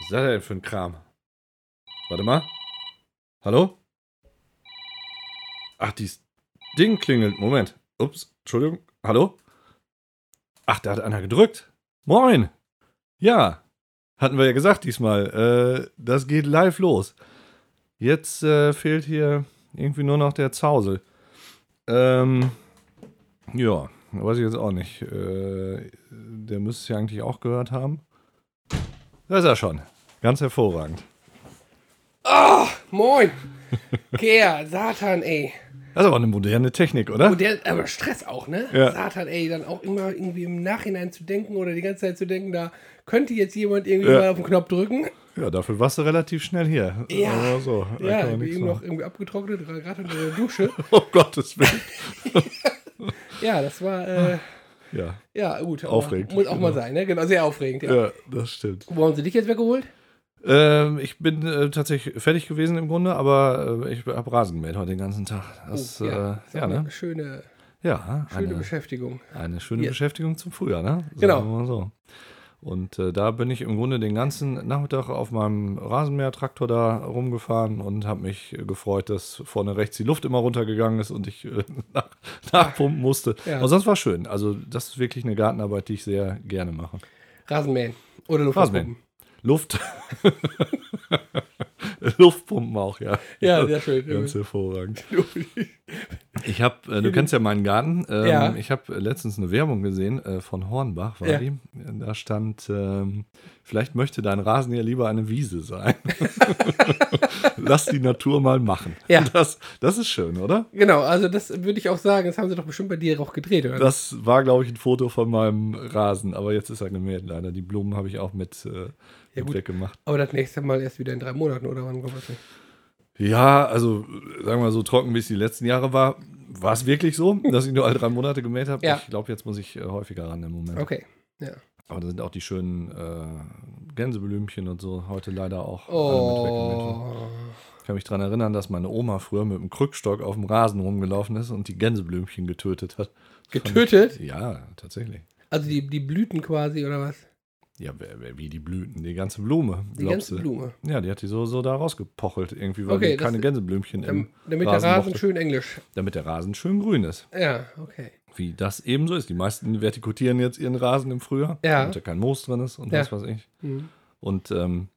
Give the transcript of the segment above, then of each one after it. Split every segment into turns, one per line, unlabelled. Was hat er denn für ein Kram? Warte mal. Hallo? Ach, dieses Ding klingelt. Moment. Ups, Entschuldigung. Hallo? Ach, da hat einer gedrückt. Moin. Ja, hatten wir ja gesagt diesmal. Äh, das geht live los. Jetzt äh, fehlt hier irgendwie nur noch der Zausel. Ähm, ja, weiß ich jetzt auch nicht. Äh, der müsste es ja eigentlich auch gehört haben. Da ist er schon. Ganz hervorragend.
Moin! Kehr, Satan, ey.
Das ist aber eine moderne Technik, oder?
Und der, aber Stress auch, ne?
Ja.
Satan, ey, dann auch immer irgendwie im Nachhinein zu denken oder die ganze Zeit zu denken, da könnte jetzt jemand irgendwie
Ja.
mal auf den Knopf drücken.
Ja, dafür warst du relativ schnell hier.
Ja.
Sagen wir so. Da kann
Ja,
man
ich bin
nichts
eben noch
machen.
irgendwie abgetrocknet, war gerade unter der Dusche.
Oh Gottes Willen.
Ja, das war, äh,
Ja,
ja, gut. aber
Aufregend,
Muss auch mal
genau.
sein, ne? Genau, sehr aufregend, ja.
ja, das stimmt.
Wo haben sie dich jetzt weggeholt?
Ähm, ich bin äh, tatsächlich fertig gewesen im Grunde, aber äh, ich habe Rasen gemäht heute den ganzen Tag. Das,
Oh,
ja,
ist
äh, ja,
auch eine
ne?
schöne,
ja
schöne
eine,
Beschäftigung.
eine schöne
Ja.
Beschäftigung zum Frühjahr, ne? Sagen
Genau.
wir Mal so. Und äh, da bin ich im Grunde den ganzen Nachmittag auf meinem Rasenmähertraktor da rumgefahren und habe mich äh, gefreut, dass vorne rechts die Luft immer runtergegangen ist und ich äh, nach, nachpumpen musste.
Ja.
Aber sonst war schön. Also das ist wirklich eine Gartenarbeit, die ich sehr gerne mache.
Rasenmähen. Oder Luft
Rasenmähen. Luft. Luftpumpen auch, ja.
Ja, sehr schön.
Ganz hervorragend. Ich habe, äh, du kennst ja meinen Garten. Ähm,
Ja.
Ich habe letztens eine Werbung gesehen äh, von Hornbach, war
Ja.
die. Da stand, ähm, vielleicht möchte dein Rasen ja lieber eine Wiese sein. Lass die Natur mal machen.
Ja.
Das, das ist schön, oder?
Genau, also das würde ich auch sagen, das haben sie doch bestimmt bei dir auch gedreht, oder?
Das war, glaube ich, ein Foto von meinem Rasen, aber jetzt ist er gemäht, leider. Die Blumen habe ich auch mit, äh, mit
gut.
weggemacht.
Aber das nächste Mal erst wieder in drei Monaten, oder wann kommt das nicht?
Ja, also sagen wir mal so trocken, wie es die letzten Jahre war, war es wirklich so, dass ich nur alle drei Monate gemäht habe.
Ja.
Ich glaube, jetzt muss ich äh, häufiger ran im Moment.
Okay.
Aber da sind auch die schönen äh, Gänseblümchen und so heute leider auch alle mit weggemäht worden.
Oh.
Ich kann mich daran erinnern, dass meine Oma früher mit einem Krückstock auf dem Rasen rumgelaufen ist und die Gänseblümchen getötet hat.
Getötet?
Ja, tatsächlich.
Also die, die Blüten quasi, oder was?
Ja, wer- wer- wie die Blüten, die ganze Blume.
Die
glaubst
ganze
du?
Blume.
Ja, die hat die so, so da rausgepochelt irgendwie, weil
Okay,
die keine
das-
Gänseblümchen im,
Dam, damit
Rasen
der Rasen
mochte.
schön englisch.
damit der Rasen schön grün ist.
Ja, okay.
wie das ebenso ist. Die meisten vertikutieren jetzt ihren Rasen im Frühjahr,
Ja.
damit da kein Moos drin ist und
Ja.
was weiß ich.
Hm.
Und ähm,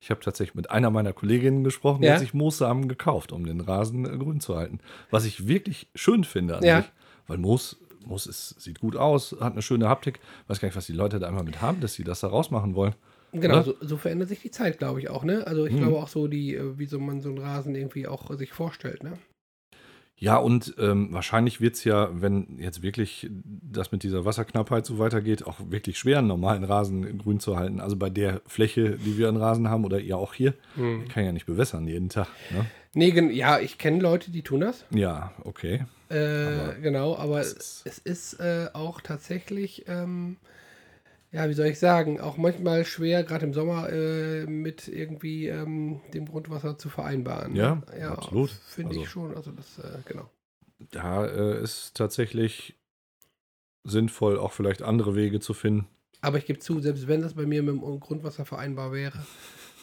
ich habe tatsächlich mit einer meiner Kolleginnen gesprochen, die
Ja.
hat sich Moossamen gekauft, um den Rasen äh, grün zu halten. Was ich wirklich schön finde an
Ja.
sich, weil Moos, Moos ist, sieht gut aus, hat eine schöne Haptik. Weiß gar nicht, was die Leute da einmal mit haben, dass sie das da rausmachen wollen.
Genau,
Oder?
so, so verändert sich die Zeit, glaube ich auch, ne? Also
Hm.
ich glaube auch so die, äh, wie so man so einen Rasen irgendwie auch sich vorstellt, ne?
Ja, und ähm, wahrscheinlich wird es ja, wenn jetzt wirklich das mit dieser Wasserknappheit so weitergeht, auch wirklich schwer, einen normalen Rasen grün zu halten. Also bei der Fläche, die wir an Rasen haben oder ihr auch hier, ich kann ja nicht bewässern jeden Tag. Ne?
Nee, gen- ja, ich kenne Leute, die tun das.
Ja, okay.
Äh,
Aber
genau, aber
es
es
ist-
ist, äh, auch tatsächlich, ähm, ja, wie soll ich sagen, auch manchmal schwer, gerade im Sommer, äh, mit irgendwie ähm, dem Grundwasser zu vereinbaren.
Ja,
ne? ja
absolut.
Finde
Also-
ich schon. Also das, äh, genau.
Da äh, ist tatsächlich sinnvoll, auch vielleicht andere Wege zu finden.
Aber ich gebe zu, selbst wenn das bei mir mit dem Grundwasser vereinbar wäre,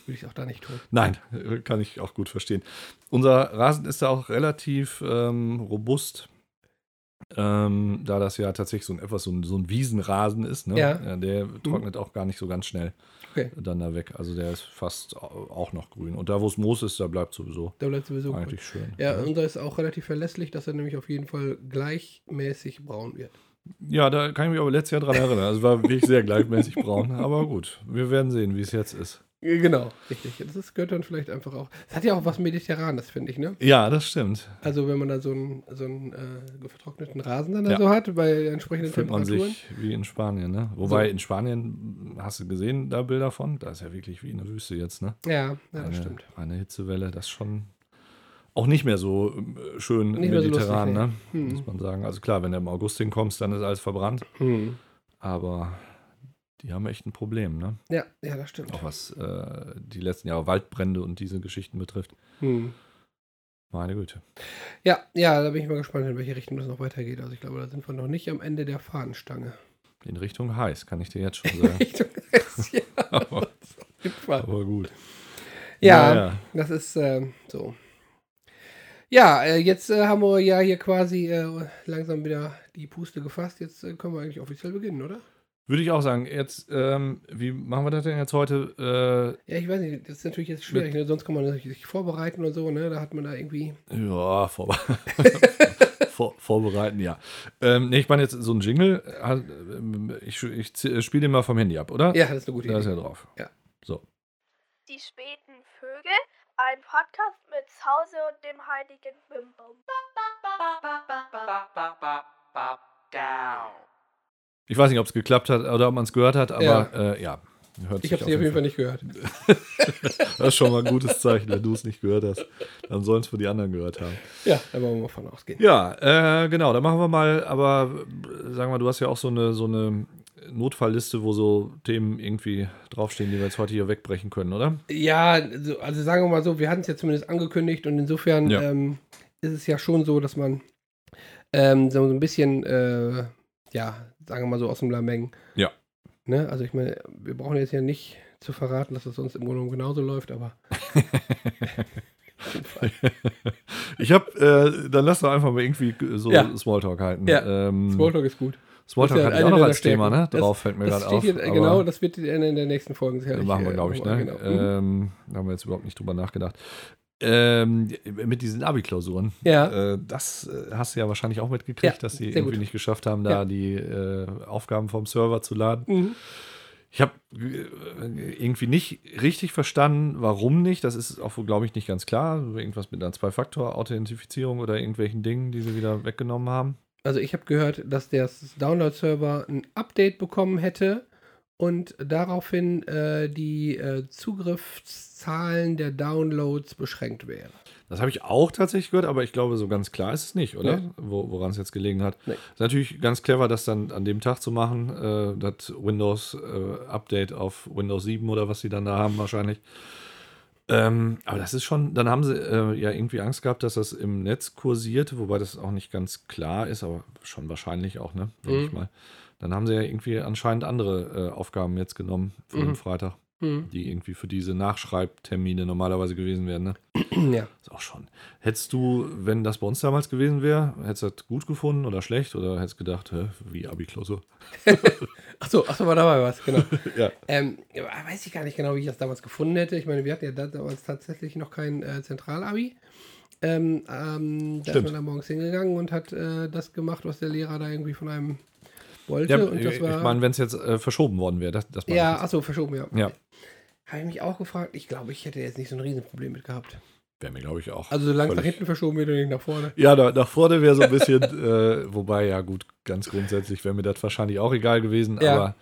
würde ich es auch da nicht tun.
Nein, äh, kann ich auch gut verstehen. Unser Rasen ist da auch relativ ähm, robust, ähm, da das ja tatsächlich so ein etwas so ein, so ein Wiesenrasen ist. Ne?
Ja.
Der trocknet auch gar nicht so ganz schnell
Okay.
dann da weg. Also der ist fast au- auch noch grün. Und da, wo es Moos ist, da bleibt sowieso
Da bleibt sowieso gut.
eigentlich schön.
Ja, unser ist auch relativ verlässlich, dass er nämlich auf jeden Fall gleichmäßig braun wird.
ja, da kann ich mich aber letztes Jahr dran erinnern. Also war wirklich sehr gleichmäßig braun. Aber gut, wir werden sehen, wie es jetzt ist.
Äh, Genau, richtig. Das ist- gehört dann vielleicht einfach auch. Es hat ja auch was Mediterranes, finde ich, ne?
Ja, das stimmt.
Also wenn man da so einen, so einen äh, vertrockneten Rasen dann da
Ja.
so hat, bei entsprechenden
fühlt man
Temperaturen.
sich wie in Spanien, ne? Wobei in Spanien, hast du gesehen, da Bilder von? Da ist ja wirklich wie eine Wüste jetzt, ne?
Ja, ja
eine,
das stimmt.
Eine Hitzewelle, das ist schon auch nicht mehr so ähm, schön
Nicht mehr so
mediterran,
lustig, Mhm.
ne? Muss man sagen. Also klar, wenn du im August hinkommst, dann ist alles verbrannt.
Hm.
Aber die haben echt ein Problem, ne?
Ja, ja, das stimmt.
Auch was äh, die letzten Jahre Waldbrände und diese Geschichten betrifft.
Hm.
Meine Güte.
Ja, ja, da bin ich mal gespannt, in welche Richtung das noch weitergeht. Also ich glaube, da sind wir noch nicht am Ende der Fahnenstange.
In Richtung heiß, kann ich dir jetzt schon sagen.
Richtung ist ja
Aber
gibt Zufall.
Aber gut.
Ja,
Naja.
das ist ähm, so. Ja, äh, jetzt äh, haben wir ja hier quasi äh, langsam wieder die Puste gefasst. Jetzt äh, können wir eigentlich offiziell beginnen, oder?
Würde ich auch sagen, jetzt, ähm, wie machen wir das denn jetzt heute?
Ja, ich weiß nicht, das ist natürlich jetzt schwierig, ne? sonst kann man natürlich sich vorbereiten und so, ne? Da hat man da irgendwie.
Äh, ja, vorbe vor vorbereiten, ja. Ähm, nee, ich meine jetzt so ein Jingle. äh, ähm, Ich, ich z- spiele den mal vom Handy ab, oder?
Ja, das ist eine gute
Da ist
Idee.
er drauf.
Ja.
So.
Die späten Vögel, ein Podcast mit Hause und dem heiligen Bimbom.
down.
Ich weiß nicht, ob es geklappt hat oder ob man es gehört hat, aber
Ja.
ja. Äh, ja. Hört
Ich
sich
habe sie auf jeden Fall nicht gehört.
Das ist schon mal ein gutes Zeichen, wenn du es nicht gehört hast. Dann sollen es für die anderen gehört haben.
Ja, da wollen wir mal von ausgehen.
Ja, äh, genau, dann machen wir mal, aber äh, sagen wir, du hast ja auch so eine, so eine Notfallliste, wo so Themen irgendwie draufstehen, die wir jetzt heute hier wegbrechen können, oder?
Ja, so, also sagen wir mal so, wir hatten es ja zumindest angekündigt und insofern
Ja.
ähm, ist es ja schon so, dass man ähm, so ein bisschen, äh, ja, sagen wir mal so aus dem Lameng.
Ja.
Ne? Also ich meine, wir brauchen jetzt ja nicht zu verraten, dass es sonst im Grunde genommen genauso läuft, aber
ich hab, äh, dann lass doch einfach mal irgendwie so
Ja.
Smalltalk halten.
Ja,
Ähm, Smalltalk,
Smalltalk ist gut. ist ja
hatte ich
eine
auch noch
deiner
als Thema,
Stärken.
ne?
Das-
Drauf fällt mir
das
gerade
steht
auf.
hier, äh,
aber
genau, das wird in in der nächsten Folge sicherlich.
machen wir,
äh,
glaube ich,
nochmal,
ne?
Genau. Mhm.
Ähm, da haben wir jetzt überhaupt nicht drüber nachgedacht. Ähm, mit diesen Abi-Klausuren.
ja.
Äh, das äh, hast du ja wahrscheinlich auch mitgekriegt,
Ah. Ja,
dass sie
sehr
irgendwie
gut.
nicht geschafft haben, da
Ja.
die äh, Aufgaben vom Server zu laden.
Mhm.
Ich habe irgendwie nicht richtig verstanden, warum nicht. Das ist auch, glaube ich, nicht ganz klar. Irgendwas mit einer Zwei-Faktor-Authentifizierung oder irgendwelchen Dingen, die sie wieder weggenommen haben.
Also ich habe gehört, dass der Download-Server ein Update bekommen hätte und daraufhin äh, die äh, Zugriffszahlen der Downloads beschränkt wäre.
Das habe ich auch tatsächlich gehört, aber ich glaube, so ganz klar ist es nicht, oder?
Nee.
Wo, Woran es jetzt gelegen hat.
Nee.
Ist natürlich ganz clever, das dann an dem Tag zu machen, äh, das Windows-Update auf Windows 7 oder was sie dann da haben, wahrscheinlich. Ähm, aber das ist schon, dann haben sie äh, ja irgendwie Angst gehabt, dass das im Netz kursiert, wobei das auch nicht ganz klar ist, aber schon wahrscheinlich auch, ne? Denk
Mhm.
ich mal. Dann haben sie ja irgendwie anscheinend andere äh, Aufgaben jetzt genommen für
Mhm.
den Freitag, die irgendwie für diese Nachschreibtermine normalerweise gewesen wären, ne?
Ja.
Ist auch schon. Hättest du, wenn das bei uns damals gewesen wäre, hättest du das gut gefunden oder schlecht oder hättest gedacht, hä, wie Abi-Klausur?
Achso, achso, war dabei was, genau.
Ja.
ähm, aber weiß ich gar nicht genau, wie ich das damals gefunden hätte. Ich meine, wir hatten ja da- damals tatsächlich noch kein äh, Zentralabi. Ähm, ähm, da ist
Stimmt.
man da morgens hingegangen und hat äh, das gemacht, was der Lehrer da irgendwie von einem wollte.
Ja,
und das
ich
war,
meine, wenn es jetzt äh, verschoben worden wäre, das, das meine
ja,
ich
achso, verschoben, ja.
jetzt. ja.
Habe ich mich auch gefragt. Ich glaube, ich hätte jetzt nicht so ein Riesenproblem mit gehabt.
Wäre mir, glaube ich, auch.
Also solange es nach
völlig-
hinten verschoben wird und nicht nach vorne.
Ja, da, nach vorne wäre so ein bisschen, äh, wobei, ja, gut, ganz grundsätzlich wäre mir das wahrscheinlich auch egal gewesen,
Ja.
aber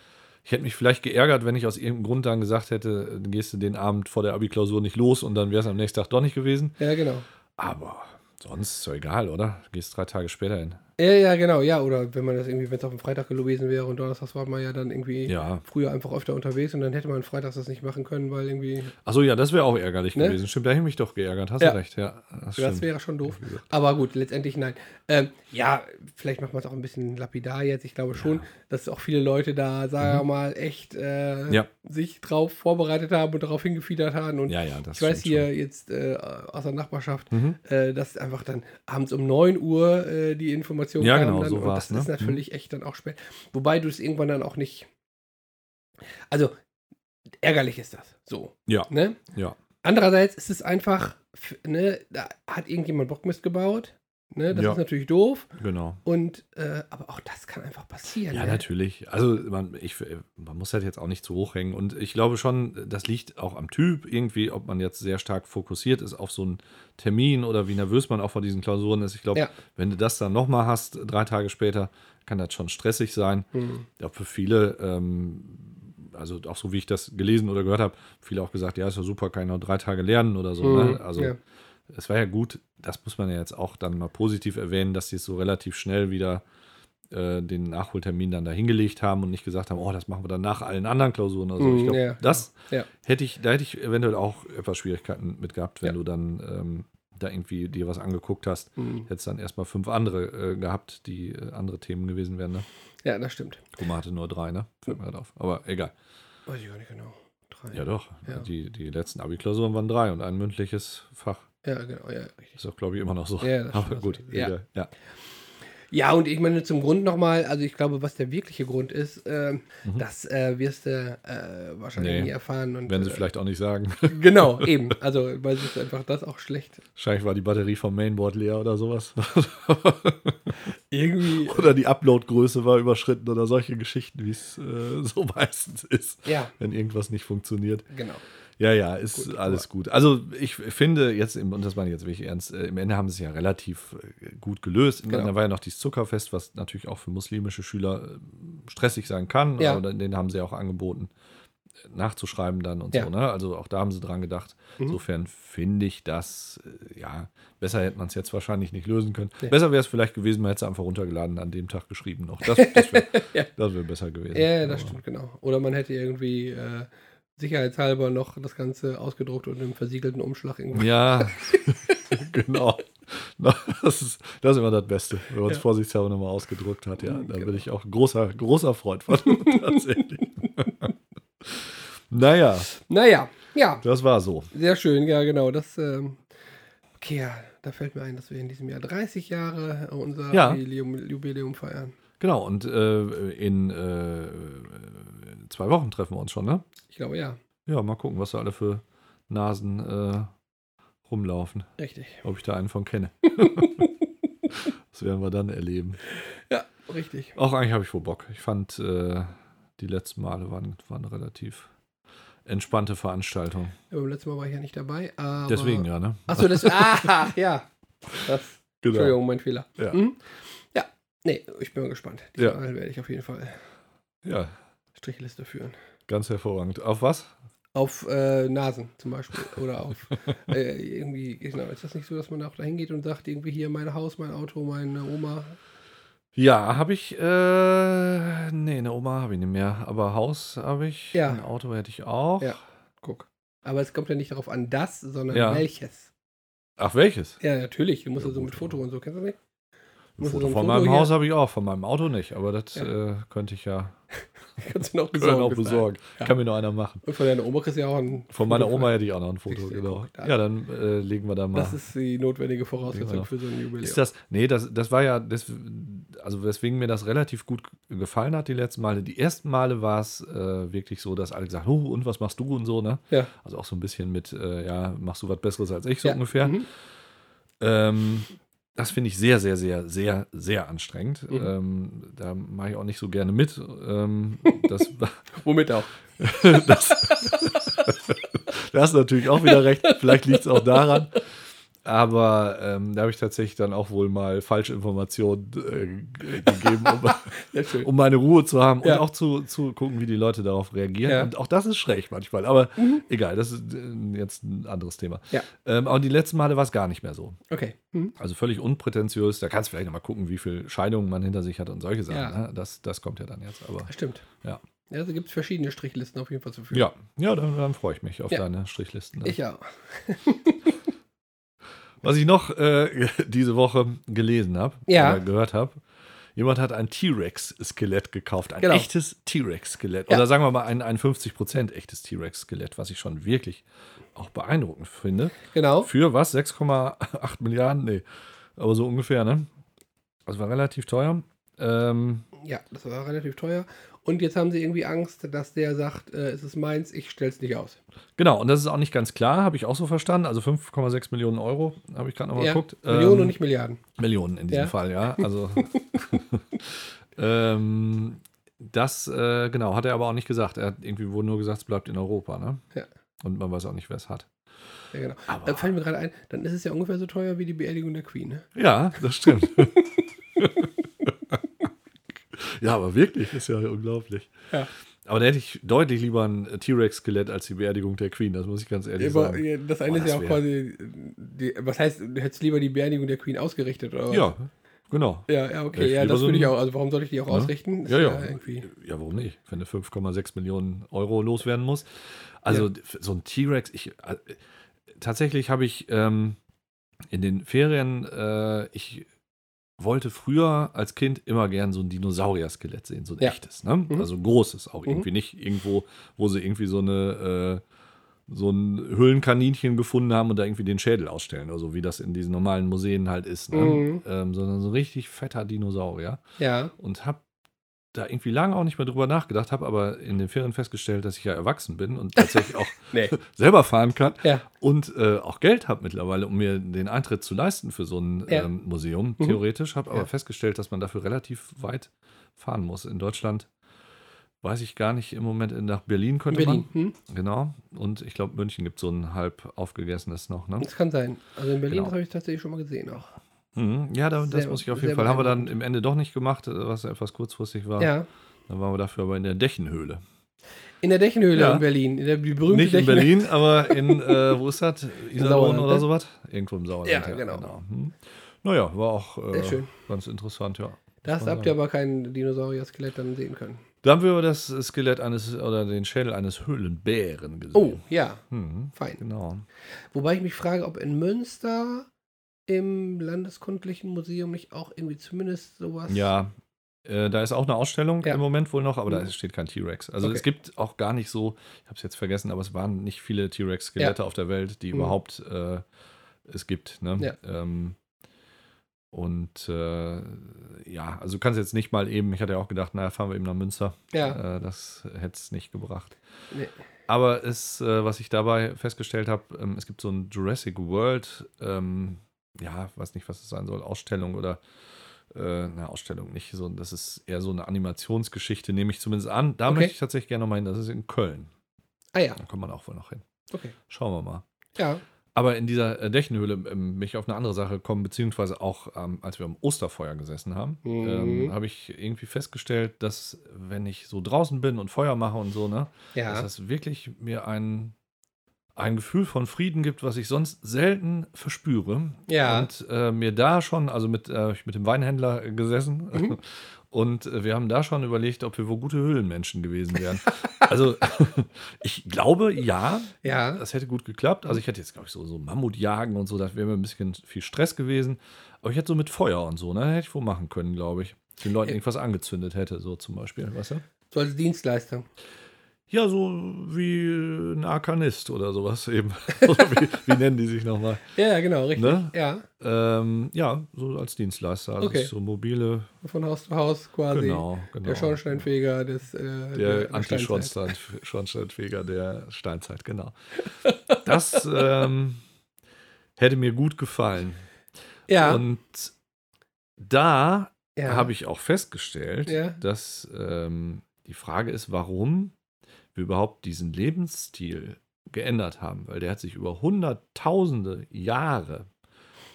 ich hätte mich vielleicht geärgert, wenn ich aus irgendeinem Grund dann gesagt hätte, dann gehst du den Abend vor der Abi-Klausur nicht los und dann wäre es am nächsten Tag doch nicht gewesen.
Ja, genau.
Aber sonst ist ja egal, oder? Gehst drei Tage später hin.
Ja, ja, genau. Ja, oder wenn man das irgendwie, wenn es auf dem Freitag gewesen wäre und Donnerstags war man ja dann irgendwie
Ja.
früher einfach öfter unterwegs und dann hätte man freitags das nicht machen können, weil irgendwie,
Achso, ja, das wäre auch ärgerlich
Ne?
gewesen. Stimmt, da hätte ich mich doch geärgert. Hast
Ja.
du recht, ja. Das
das
stimmt.
wäre schon doof. Aber gut, letztendlich nein. Ähm, ja, vielleicht macht man es auch ein bisschen lapidar jetzt. Ich glaube schon, dass auch viele Leute da, sagen wir mal, echt äh,
Mhm. Ja.
sich drauf vorbereitet haben und darauf hingefiedert haben und
ja, ja, das
Ich weiß
stimmt
hier jetzt äh, aus der Nachbarschaft,
Mhm.
äh, dass einfach dann abends um 9 Uhr äh, die Information
Ja,
kam
genau,
dann,
so
und
war's,
das ist
ne?
natürlich echt dann auch spät. Wobei du es irgendwann dann auch nicht. Also, ärgerlich ist das. So.
Ja.
Ne?
Ja.
Andererseits ist es einfach, f- ne, da hat irgendjemand Bockmist gebaut. Ne? Das
Ja.
ist natürlich doof.
schon. Genau.
Und, äh, aber auch das kann einfach passieren.
Ja,
ne?
natürlich. Also man, ich, man muss das jetzt auch nicht zu hoch hängen. Und ich glaube schon, das liegt auch am Typ irgendwie, ob man jetzt sehr stark fokussiert ist auf so einen Termin oder wie nervös man auch vor diesen Klausuren ist. Ich glaube,
Ja.
wenn du das dann nochmal hast, drei Tage später, kann das schon stressig sein.
Hm.
Ich glaube, für viele, ähm, also auch so wie ich das gelesen oder gehört habe, viele auch gesagt, ja, ist ja super, kann ich noch drei Tage lernen oder so.
Mhm,
Ne? Also
ja.
es war ja gut, das muss man ja jetzt auch dann mal positiv erwähnen, dass sie es so relativ schnell wieder äh, den Nachholtermin dann da hingelegt haben und nicht gesagt haben, oh, das machen wir dann nach allen anderen Klausuren oder so.
Mhm,
ich glaube,
ja,
das
Ja.
hätte ich, da hätte ich eventuell auch etwas Schwierigkeiten mit gehabt, wenn
Ja.
du dann ähm, da irgendwie dir was angeguckt hast.
Hm.
Hättest dann erstmal fünf andere äh, gehabt, die äh, andere Themen gewesen wären. Ne?
ja, das stimmt.
Kumar hatte nur drei, ne? Fällt mir gerade auf. Aber egal.
Weiß ich gar nicht genau. Drei.
Ja, doch.
Ja.
Die, die letzten Abi-Klausuren waren drei und ein mündliches Fach.
Ja, genau, ja, richtig.
Ist auch, glaube ich, immer noch so.
Ja, das
Aber
stimmt.
gut.
Ja.
egal. ja.
Ja, und ich meine zum Grund nochmal, also ich glaube, was der wirkliche Grund ist, ähm, das äh, wirst du äh, wahrscheinlich
Mhm. Nee.
nie erfahren. Und,
Werden sie
äh,
vielleicht auch nicht sagen.
Genau, eben. Also, weil es ist einfach das auch schlecht.
Wahrscheinlich war die Batterie vom Mainboard leer oder sowas.
Irgendwie.
oder die Upload-Größe war überschritten oder solche Geschichten, wie es äh, so meistens ist,
Ja,
wenn irgendwas nicht funktioniert.
genau.
Ja, ja, ist
Gut,
alles gut. Also ich finde jetzt, im, und das meine ich jetzt wirklich ernst, äh, im Ende haben sie es ja relativ äh, gut gelöst. Im-
Genau.
Da war ja noch dieses Zuckerfest, was natürlich auch für muslimische Schüler äh, stressig sein kann.
Ja.
Aber den haben sie ja auch angeboten, äh, nachzuschreiben dann und
Ja.
so. Ne? Also auch da haben sie dran gedacht.
Mhm.
Insofern finde ich das, äh, ja, besser hätte man es jetzt wahrscheinlich nicht lösen können.
Nee.
Besser wäre es vielleicht gewesen, man hätte es einfach runtergeladen, an dem Tag geschrieben noch. Das, das wäre das wär besser gewesen.
Ja, ja, das
Aber-
stimmt, genau. Oder man hätte irgendwie äh, sicherheitshalber noch das Ganze ausgedruckt und im versiegelten Umschlag irgendwie.
Ja, genau. Na, Das ist, das ist immer das Beste, wenn man es
Ja.
vorsichtshalber nochmal ausgedruckt hat. Ja,
Mm,
da bin
genau.
ich auch großer, großer Freund von, tatsächlich. naja,
Naja, ja,
das war so.
sehr schön, ja, genau. Das, ähm, okay, ja, da fällt mir ein, dass wir in diesem Jahr 30 Jahre unser
Ja.
Jubiläum, Jubiläum feiern.
Genau, und äh, in äh, zwei Wochen treffen wir uns schon, ne?
Ich glaube, ja,
Ja, mal gucken, was da alle für Nasen äh, rumlaufen.
richtig.
Ob ich da einen von kenne. das werden wir dann erleben.
Ja, richtig.
Auch eigentlich habe ich wohl Bock. Ich fand, äh, die letzten Male waren, waren relativ entspannte Veranstaltungen.
Ja, Beim letzten Mal war ich ja nicht dabei, aber...
Deswegen ja, ne?
Achso, das... Ah, ja. Das,
Genau.
Entschuldigung, mein Fehler.
Ja.
Mhm. ja, nee, ich bin mal gespannt. Die
Ja.
werde ich auf jeden Fall
Ja,
Strichliste führen.
ganz hervorragend. Auf was?
Auf äh, Nasen zum Beispiel. Oder auf äh, irgendwie, genau, ist das nicht so, dass man auch da hingeht und sagt, irgendwie hier mein Haus, mein Auto, meine Oma.
Ja, habe ich, äh, nee, eine Oma habe ich nicht mehr, aber Haus habe ich,
Ja.
ein Auto hätte ich auch.
Ja. Guck. Aber es kommt ja nicht darauf an, das, sondern
Ja.
welches.
Ach, welches?
Ja, natürlich. Du musst
Ja,
ja, so
gut,
mit Foto
aber-
und so, kennst du nicht?
Ein
Musst du
Foto
so ein
von
Foto
meinem
hier-
Haus habe ich auch, von meinem Auto nicht, aber das
Ja.
äh, könnte ich ja
Kannst du noch
können auch
bis dahin.
besorgen.
Ja.
Kann mir noch einer machen.
Und von deiner Oma kriegst du ja auch ein.
Von meiner
Foto.
Oma hätte ich auch noch ein Foto,
Siehste,
genau.
guck, da-
Ja, dann äh, legen wir da mal.
Das ist die notwendige Voraussetzung
Genau.
für so ein Jubiläum.
Ist das, nee, das, das war ja, das, also weswegen mir das relativ gut gefallen hat, die letzten Male. Die ersten Male war es äh, wirklich so, dass alle gesagt haben, oh, und was machst du und so, ne?
ja.
Also auch so ein bisschen mit, äh, ja, machst du was Besseres als ich, so
ja.
ungefähr.
Mhm.
Ähm, das finde ich sehr, sehr, sehr, sehr, sehr anstrengend.
Mhm.
Ähm, da mache ich auch nicht so gerne mit. Ähm, das, war-
Womit auch?
das, das ist natürlich auch wieder recht. Vielleicht liegt es auch daran. Aber ähm, da habe ich tatsächlich dann auch wohl mal Falschinformationen äh, g- gegeben, um,
Sehr schön.
um meine Ruhe zu haben
Ja.
und auch zu, zu gucken, wie die Leute darauf reagieren.
Ja. Mhm.
Und auch das ist schräg manchmal. Aber egal, das ist äh, jetzt ein anderes Thema.
Ja.
Ähm, aber die letzten Male war es gar nicht mehr so.
Okay. Mhm.
Also völlig unprätentiös. Da kannst du vielleicht nochmal gucken, wie viel Scheidungen man hinter sich hat und solche Sachen.
Ja.
Ne? Das, das kommt ja dann jetzt. Aber
Stimmt.
Ja.
Also gibt es verschiedene Strichlisten auf jeden Fall zu führen.
ja, ja dann, dann freue ich mich auf
Ja.
deine Strichlisten. dann.
Ich auch.
Was ich noch äh, diese Woche gelesen habe
Ja.
oder gehört habe, jemand hat ein T-Rex-Skelett gekauft. Ein
Genau.
echtes T-Rex-Skelett.
Ja.
Oder sagen wir mal ein, ein 50% echtes T-Rex-Skelett, was ich schon wirklich auch beeindruckend finde.
Genau.
Für was? 6,8 Milliarden? Nee. Aber so ungefähr, ne? Das war relativ teuer. Ähm,
Ja, das war relativ teuer. Und jetzt haben sie irgendwie Angst, dass der sagt, äh, es ist meins, ich stell's nicht aus.
genau, und das ist auch nicht ganz klar, habe ich auch so verstanden. Also 5,6 Millionen Euro, habe ich gerade nochmal
ja,
geguckt.
Millionen und
Ähm,
nicht Milliarden.
Millionen in diesem
Ja.
Fall, ja. Also ähm, das, äh, genau, hat er aber auch nicht gesagt. Er hat irgendwie wohl nur gesagt, es bleibt in Europa, ne?
Ja.
Und man weiß auch nicht, wer es hat.
Ja, genau.
Aber-
Da fällt mir gerade ein, dann ist es ja ungefähr so teuer wie die Beerdigung der Queen. Ne?
Ja, das stimmt. ja, aber wirklich, ist ja unglaublich.
Ja.
Aber da hätte ich deutlich lieber ein T-Rex-Skelett als die Beerdigung der Queen, das muss ich ganz ehrlich
Aber,
sagen.
ja, das
Boah,
eine ist ja
das
auch
wär-
quasi, die, was heißt, du hättest lieber die Beerdigung der Queen ausgerichtet, oder? was?
Ja, genau.
Ja, ja, okay,
Ich
ja,
lieber
das
so
würde ich
ein-
auch. Also warum sollte ich die auch
Ja.
ausrichten? Ist
Ja, ja.
irgendwie.
Ja, warum nicht? Wenn du 5,6 Millionen Euro loswerden musst. Also f- so ein T-Rex, ich äh, tatsächlich habe ich ähm, in den Ferien, äh, ich wollte früher als Kind immer gern so ein Dinosaurier-Skelett sehen, so ein
Ja. Mhm.
echtes, ne? Also ein großes auch irgendwie, nicht irgendwo, wo sie irgendwie so eine äh, so ein Höhlenkaninchen gefunden haben und da irgendwie den Schädel ausstellen, oder so wie das in diesen normalen Museen halt ist, ne?
Mhm.
ähm, sondern so ein richtig fetter Dinosaurier
Ja.
und habe da irgendwie lange auch nicht mehr drüber nachgedacht, habe aber in den Ferien festgestellt, dass ich ja erwachsen bin und tatsächlich auch
Nee.
selber fahren kann
Ja.
und äh, auch Geld habe mittlerweile, um mir den Eintritt zu leisten für so ein
Ja.
ähm, Museum,
Mhm.
theoretisch, habe aber
Ja.
festgestellt, dass man dafür relativ weit fahren muss. In Deutschland weiß ich gar nicht, im Moment äh, nach Berlin könnte
Berlin. Hm?
man. Genau. Und ich glaube, München gibt so ein halb aufgegessenes noch, ne?
Das kann sein. Also in Berlin
Genau.
das habe ich tatsächlich schon mal gesehen auch.
Mhm. Ja, da, das
Sehr-
muss ich auf
sehr
jeden Fall. Haben wir dann
beeindruckend.
im Ende doch nicht gemacht, äh, was etwas kurzfristig war.
Ja.
Dann waren wir dafür aber in der Dächenhöhle.
In der Dächenhöhle
Ja.
in Berlin. In der die berühmte
Nicht in
Dächenhöhle.
Berlin, aber in, äh, wo ist das? Iserlohn
Sauerland,
oder
ne?
sowas? Irgendwo im Sauerland.
Ja, genau.
Hm. Naja, war auch äh,
Sehr schön.
ganz interessant, ja.
Das habt ihr aber kein Dinosaurier-Skelett dann sehen können.
Da haben wir aber das Skelett eines oder den Schädel eines Höhlenbären gesehen.
Oh, ja,
Hm,
fein.
genau.
Wobei ich mich frage, ob in Münster im Landeskundlichen Museum nicht auch irgendwie zumindest sowas.
Ja, äh, da ist auch eine Ausstellung
Ja.
im Moment wohl noch, aber da
Mhm.
steht kein T-Rex. Also
Okay.
es gibt auch gar nicht so, ich habe es jetzt vergessen, aber es waren nicht viele T-Rex-Skelette auf der Welt, die
Mhm.
überhaupt äh, es gibt. Ne? Ähm, und äh, ja, also du kannst jetzt nicht mal eben, ich hatte ja auch gedacht, naja, fahren wir eben nach Münster.
Ja.
Äh, das hätte es nicht gebracht.
Nee.
Aber es, äh, was ich dabei festgestellt habe, ähm, es gibt so ein Jurassic World, ähm, ja, weiß nicht, was es sein soll, Ausstellung oder äh, na, Ausstellung nicht. So, das ist eher so eine Animationsgeschichte, nehme ich zumindest an. Da
Okay.
möchte ich tatsächlich gerne nochmal hin. Das ist in Köln.
Ah ja,
Da kommt man auch wohl noch hin.
okay.
Schauen wir mal.
Ja,
Aber in dieser äh, Dächenhöhle ähm, bin ich auf eine andere Sache gekommen, beziehungsweise auch, ähm, als wir am Osterfeuer gesessen haben,
Mhm.
ähm, habe ich irgendwie festgestellt, dass wenn ich so draußen bin und Feuer mache und so, ne, dass
ja.
das wirklich mir ein, ein Gefühl von Frieden gibt, was ich sonst selten verspüre.
Ja.
Und äh, mir da schon, also mit, äh, ich mit dem Weinhändler äh, gesessen
Mhm.
und äh, wir haben da schon überlegt, ob wir wohl gute Höhlenmenschen gewesen wären. also ich glaube ja,
Ja,
das hätte gut geklappt. Also ich hätte jetzt, glaube ich, so, so Mammutjagen und so, das wäre mir ein bisschen viel Stress gewesen. Aber ich hätte so mit Feuer und so, ne, hätte ich wohl machen können, glaube ich. Den Leuten irgendwas angezündet hätte, so zum Beispiel, weißt du?
so als Dienstleister.
Ja, so wie äh, ein Arkanist oder sowas eben. Oder wie, wie nennen die sich nochmal?
Ja, genau, richtig.
Ne?
Ja,
Ähm, ja, so als Dienstleister. Also
Okay.
so mobile.
von Haus zu Haus quasi.
Genau, genau.
Der Schornsteinfeger, des, äh,
Der
Steinzeit.
Anti-Schornstein- Schornsteinfeger der Steinzeit, genau. Das ähm, hätte mir gut gefallen.
Ja,
Und da
ja.
habe ich auch festgestellt,
Ja.
dass ähm, die Frage ist, warum wir überhaupt diesen Lebensstil geändert haben, weil der hat sich über hunderttausende Jahre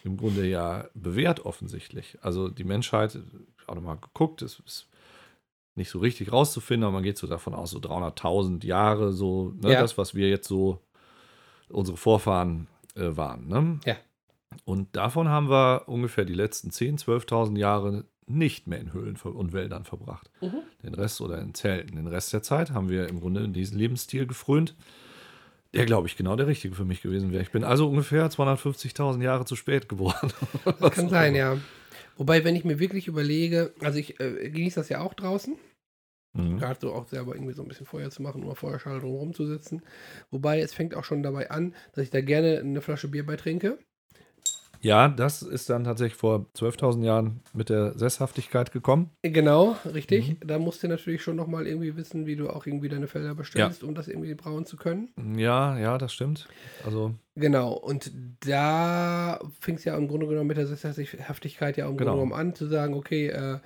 im Grunde ja bewährt offensichtlich. Also die Menschheit, auch nochmal geguckt, es ist nicht so richtig rauszufinden, aber man geht so davon aus, so 300.000 Jahre, so ne,
Ja.
das, was wir jetzt so unsere Vorfahren äh, waren. Ne?
Ja.
Und davon haben wir ungefähr die letzten 10.000, 12.000 Jahre nicht mehr in Höhlen und Wäldern verbracht.
Mhm.
Den Rest oder in Zelten. Den Rest der Zeit haben wir im Grunde in diesen Lebensstil gefrönt, der, glaube ich, genau der richtige für mich gewesen wäre. Ich bin also ungefähr 250.000 Jahre zu spät geboren.
Das kann sein, ja. Wobei, wenn ich mir wirklich überlege, also ich äh, genieße das ja auch draußen,
Mhm.
gerade so auch selber irgendwie so ein bisschen Feuer zu machen oder Feuerschale drum rumzusitzen. Wobei, es fängt auch schon dabei an, dass ich da gerne eine Flasche Bier bei trinke.
Ja, das ist dann tatsächlich vor 12.000 Jahren mit der Sesshaftigkeit gekommen.
Äh, Genau, richtig.
Mhm.
Da musst du natürlich schon nochmal irgendwie wissen, wie du auch irgendwie deine Felder bestellst, um das irgendwie brauen zu können.
Ja, ja, das stimmt. Also,
Genau, und da fing es ja im Grunde genommen mit der Sesshaftigkeit ja im
Genau.
Grunde genommen an, zu sagen, okay, äh,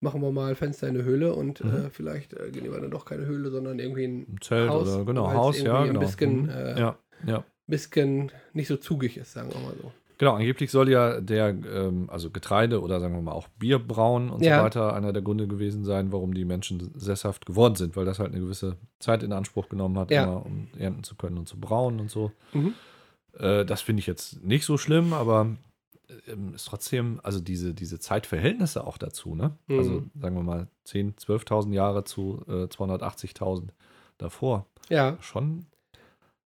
machen wir mal Fenster in eine Höhle und
Mhm.
äh, vielleicht äh, gehen wir dann doch keine Höhle, sondern irgendwie ein
ein Zelt
Haus,
oder genau,
weil's
Haus, ja,
irgendwie ein
genau.
bisschen,
Mhm.
äh,
ja, ja.
bisschen nicht so zugig ist, sagen wir mal so.
Genau, angeblich soll ja der, ähm, also Getreide oder sagen wir mal auch Bierbrauen und
Ja.
so weiter einer der Gründe gewesen sein, warum die Menschen sesshaft geworden sind, weil das halt eine gewisse Zeit in Anspruch genommen hat,
Ja.
immer, um ernten zu können und zu brauen und so.
Mhm.
Äh, das finde ich jetzt nicht so schlimm, aber ähm, ist trotzdem, also diese, diese Zeitverhältnisse auch dazu, ne?
Mhm.
Also sagen wir mal 10, 12.000 Jahre zu äh, 280.000 davor.
Ja.
Schon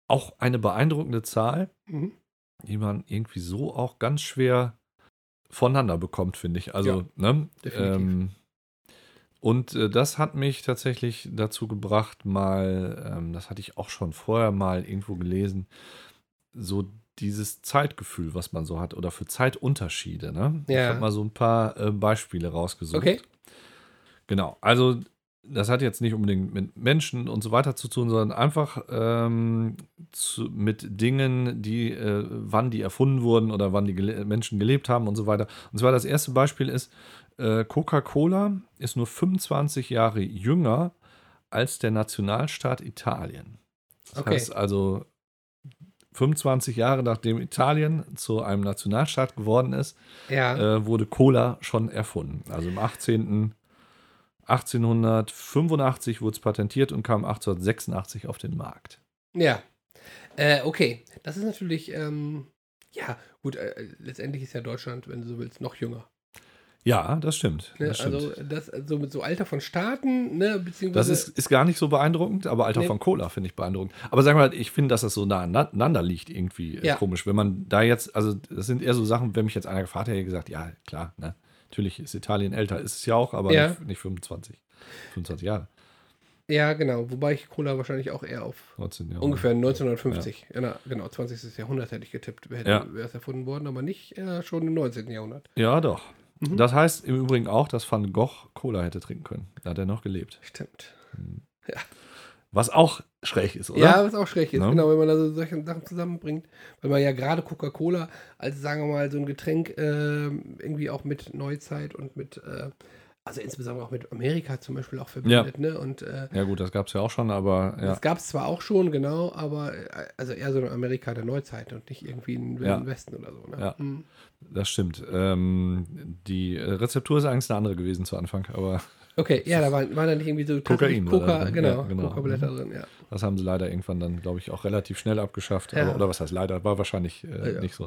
auch eine beeindruckende Zahl
Mhm.
die man irgendwie so auch ganz schwer voneinander bekommt, finde ich. Also, ne?
definitiv.
Ähm, und äh, das hat mich tatsächlich dazu gebracht, mal, ähm, das hatte ich auch schon vorher mal irgendwo gelesen, so dieses Zeitgefühl, was man so hat, oder für Zeitunterschiede. Ne?
Ja.
Ich habe mal so ein paar äh, Beispiele rausgesucht.
Okay.
Genau, also das hat jetzt nicht unbedingt mit Menschen und so weiter zu tun, sondern einfach ähm, zu, mit Dingen, die, äh, wann die erfunden wurden oder wann die gele Menschen gelebt haben und so weiter. Und zwar das erste Beispiel ist, äh, Coca-Cola ist nur 25 Jahre jünger als der Nationalstaat Italien. Das
Okay.
heißt also, 25 Jahre nachdem Italien zu einem Nationalstaat geworden ist,
Ja.
äh, wurde Cola schon erfunden. Also im 18. 1885 wurde es patentiert und kam 1886 auf den Markt.
ja. Äh, okay. Das ist natürlich, ähm, ja, gut, äh, letztendlich ist ja Deutschland, wenn du so willst, noch jünger.
Ja, das stimmt.
Ne?
Das, stimmt.
also das, also mit so Alter von Staaten, ne,
das
beziehungsweise.
ist, ist gar nicht so beeindruckend, aber Alter
Nee.
von Cola finde ich beeindruckend. Aber sagen wir mal, ich finde, dass das so nah aneinander liegt, irgendwie äh,
Ja.
komisch. Wenn man da jetzt, also das sind eher so Sachen, wenn mich jetzt einer gefragt hätte, hätte ich gesagt, ja, klar, ne? natürlich ist Italien älter, ist es ja auch, aber
Ja.
nicht, nicht 25. 25 Jahre.
ja, genau. Wobei ich Cola wahrscheinlich auch eher auf
19 Jahre.
ungefähr 1950, ja. na, genau, 20. Jahrhundert hätte ich getippt, wäre
Ja.
es erfunden worden, aber nicht äh, schon im 19. Jahrhundert.
Ja, doch.
Mhm.
Das heißt im Übrigen auch, dass Van Gogh Cola hätte trinken können. Da hat er noch gelebt.
Stimmt.
Was auch schräg ist, oder?
Ja, was auch schräg ist,
Ne?
genau, wenn man da so solche Sachen zusammenbringt. Weil man ja gerade Coca-Cola als, sagen wir mal, so ein Getränk ähm, irgendwie auch mit Neuzeit und mit, äh, also insbesondere auch mit Amerika zum Beispiel auch verbindet, ne? Und äh,
Ja, gut, das gab es ja auch schon, aber ja.
das gab es zwar auch schon, genau, aber äh, also eher so ein Amerika der Neuzeit und nicht irgendwie ein Wilden
Ja.
Westen oder so, ne?
Ja.
Hm.
Das stimmt. Ähm, die äh, Rezeptur ist eigentlich eine andere gewesen zu Anfang, aber
Okay, ja, da waren, waren da nicht irgendwie so
Kokain oder
Coca,
so.
genau,
Ja, genau.
Coca-Blätter drin, ja.
das haben sie leider irgendwann dann, glaube ich, auch relativ schnell abgeschafft.
Ja.
Aber, oder was heißt leider? War wahrscheinlich äh,
Ja, ja.
nicht so.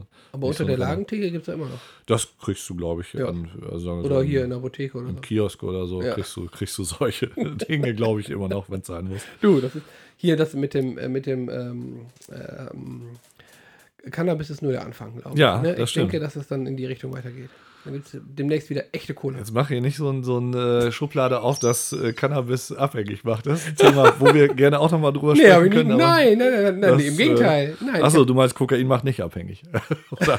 Nicht
Aber unter
so
der
ein Renner.
Lagentheke gibt es ja immer noch.
Das kriegst du, glaube ich,
Ja.
an, also sagen wir
Oder
so,
hier in
im,
der Apotheke oder so.
im Kiosk oder so,
Ja.
kriegst, du, kriegst du solche Dinge, glaube ich, immer noch, wenn es sein muss.
Du, das ist hier das mit dem äh, mit dem ähm, ähm, Cannabis ist nur der Anfang, glaube ich.
Ja,
ne?
das
ich
stimmt.
denke, dass es dann in die Richtung weitergeht. Dann gibt es demnächst wieder echte Kohle.
Jetzt mach hier nicht so ein, so ein äh, Schublade auf, das äh, Cannabis abhängig macht. Das ist ein Thema, wo wir gerne auch nochmal drüber
Nee,
sprechen
hab ich nicht,
können. aber-
nein, nein, nein, nein,
Das, äh,
nee, im Gegenteil. Nein,
Achso, du meinst, Kokain macht nicht abhängig. Oder?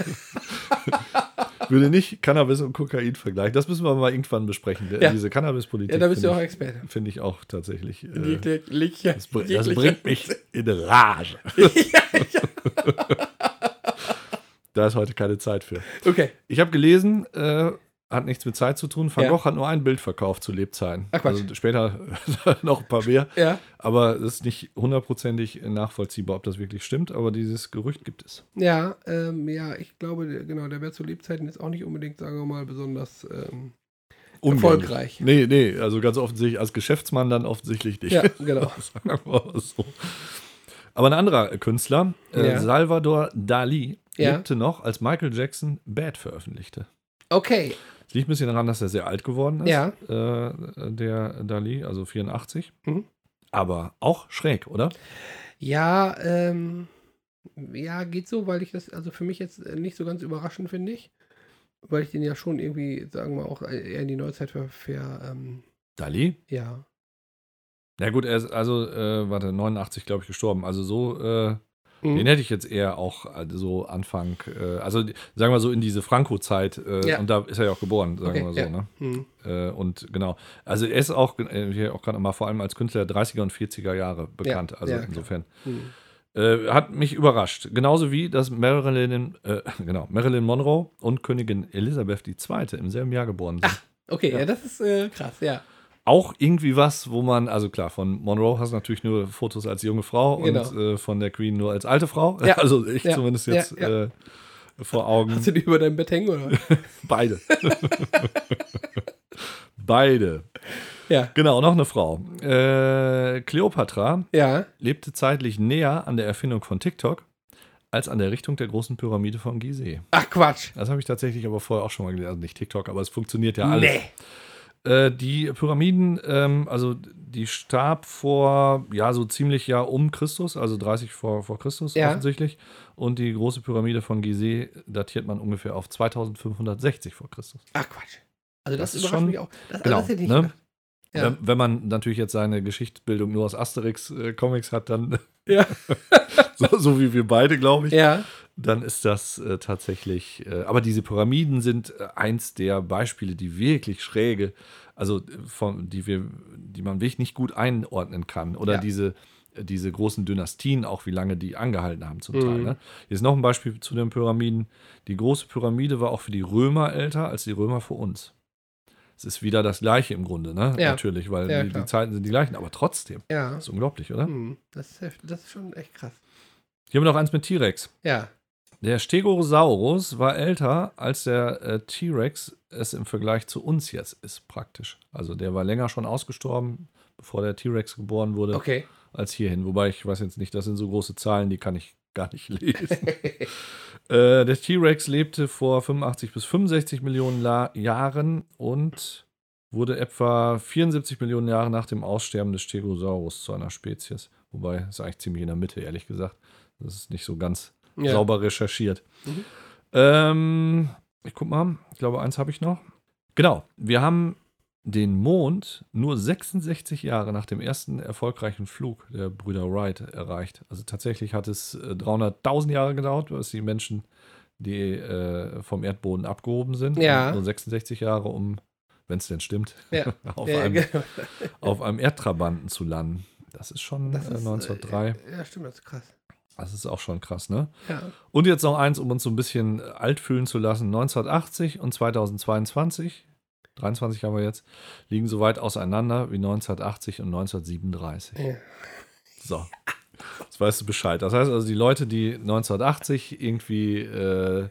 Würde nicht Cannabis und Kokain vergleichen. Das müssen wir mal irgendwann besprechen.
Ja.
Diese Cannabispolitik.
Ja, da bist du
finde
auch
ich-
Experte.
Finde ich auch tatsächlich.
ich
Äh,
hab jeglich- jegliche-
das, br das
jegliche-
bringt mich in Rage. da ist heute keine Zeit für.
Okay,
Ich habe gelesen, äh, hat nichts mit Zeit zu tun. Van
Ja.
Gogh hat nur ein Bild verkauft zu Lebzeiten.
Ach, Quatsch.
also später noch ein paar mehr.
ja,
Aber es ist nicht hundertprozentig nachvollziehbar, ob das wirklich stimmt. Aber dieses Gerücht gibt es.
ja, ähm, ja, ich glaube, der- genau, der wäre zu Lebzeiten jetzt auch nicht unbedingt, sagen wir mal, besonders ähm, erfolgreich.
Nee, nee, also ganz offensichtlich, als Geschäftsmann dann offensichtlich nicht.
Ja, genau.
Sagen wir mal so. Aber ein anderer Künstler, äh,
Ja.
Salvador Dali,
Ja.
lebte noch, als Michael Jackson Bad veröffentlichte.
Okay,
Es liegt ein bisschen daran, dass er sehr alt geworden ist,
Ja.
äh, der Dali, also 84.
Mhm.
Aber auch schräg, oder?
Ja, ähm, ja, geht so, weil ich das also für mich jetzt äh, nicht so ganz überraschend finde ich, weil ich den ja schon irgendwie, sagen wir auch äh, eher in die Neuzeit ver, ver ähm,
Dali?
ja,
Na gut, er ist also, äh, warte, 89, glaube ich, gestorben. Also so, äh,
Mhm.
den hätte ich jetzt eher auch äh, so Anfang, äh, also sagen wir mal so in diese Franco-Zeit. Äh,
Ja.
Und da ist er ja auch geboren, sagen
Okay,
wir mal so,
ja.
ne?
hm,
Äh, und genau. Also er ist auch, äh, hier auch gerade mal vor allem als Künstler der 30er und 40er Jahre bekannt. also
ja, klar.
insofern.
hm.
Äh, hat mich überrascht. Genauso wie, dass Marilyn, äh, genau, Marilyn Monroe und Königin Elisabeth II. im selben Jahr geboren
Ah.
sind.
Okay,
Ja. Hm.
ja, das ist äh, krass, ja.
Auch irgendwie was, wo man, also klar, von Monroe hast du natürlich nur Fotos als junge Frau
Genau.
und äh, von der Queen nur als alte Frau.
Ja.
Also ich
Ja.
zumindest
Ja,
jetzt
ja.
Äh, vor Augen.
Hast du die über deinem Bett hängen oder?
Beide. Beide.
Ja,
Genau, noch eine Frau. Äh, Kleopatra
ja,
lebte zeitlich näher an der Erfindung von TikTok als an der Richtung der großen Pyramide von Gizeh.
ach Quatsch.
Das habe ich tatsächlich aber vorher auch schon mal gelesen. Also nicht TikTok, aber es funktioniert ja alles.
Nee.
Äh, die Pyramiden, ähm, also die starb vor, ja, so ziemlich ja um Christus, also 30 vor, vor Christus
Ja.
offensichtlich. Und die große Pyramide von Gizeh datiert man ungefähr auf 2560 vor Christus.
Ach Quatsch. Also das,
Das ist
überrascht
schon-
mich auch. Das, also
genau,
das hätte ich
ne?
nicht gedacht. Ja.
Wenn, wenn man natürlich jetzt seine Geschichtsbildung nur aus Asterix-Comics hat, dann,
Ja.
so, so wie wir beide, glaube ich,
ja.
dann ist das äh, tatsächlich. Äh, aber diese Pyramiden sind äh, eins der Beispiele, die wirklich schräge, also äh, von, die wir, die man wirklich nicht gut einordnen kann. Oder
Ja.
diese äh, diese großen Dynastien, auch wie lange die angehalten haben zum
Mhm.
Teil. Ne? Hier ist noch ein Beispiel zu den Pyramiden. Die große Pyramide war auch für die Römer älter als die Römer für uns. Es ist wieder das Gleiche im Grunde, ne?
Ja.
Natürlich, weil
Ja,
die, die
klar.
Zeiten sind die gleichen, aber trotzdem.
Ja.
Das ist unglaublich, oder?
Hm, das, ist, heft- das ist schon echt krass.
Hier haben wir noch eins mit T-Rex.
Ja.
Der Stegosaurus war älter, als der äh, T-Rex es im Vergleich zu uns jetzt ist, praktisch. Also der war länger schon ausgestorben, bevor der T-Rex geboren wurde,
Okay.
als hierhin. Wobei ich weiß jetzt nicht, das sind so große Zahlen, die kann ich gar nicht lesen. äh, der T-Rex lebte vor 85 bis 65 Millionen La Jahren und wurde etwa 74 Millionen Jahre nach dem Aussterben des Stegosaurus zu einer Spezies. Wobei, ist eigentlich ziemlich in der Mitte, ehrlich gesagt. Das ist nicht so ganz
ja.
sauber recherchiert.
Mhm.
Ähm, ich guck mal, ich glaube, eins habe ich noch. Genau, wir haben den Mond nur 66 Jahre nach dem ersten erfolgreichen Flug der Brüder Wright erreicht. Also tatsächlich hat es äh, 300.000 Jahre gedauert, bis die Menschen, die äh, vom Erdboden abgehoben sind,
Ja.
Und nur 66 Jahre, um, wenn es denn stimmt,
Ja.
auf,
Ja,
einem,
genau.
auf einem Erdtrabanten zu landen. Das ist schon
Das
äh,
ist,
1903.
Äh, ja, stimmt, das ist krass.
Das ist auch schon krass, ne?
Ja.
Und jetzt noch eins, um uns so ein bisschen alt fühlen zu lassen. 1980 und 2022, 23 haben wir jetzt, liegen so weit auseinander wie 1980 und 1937.
ja.
So. Jetzt weißt du Bescheid. Das heißt also, die Leute, die 1980 irgendwie, äh, äh,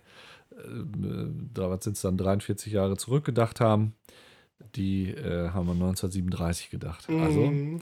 da was sind es dann, 43 Jahre zurückgedacht haben, die äh, haben an 1937 gedacht. Also,
Mhm.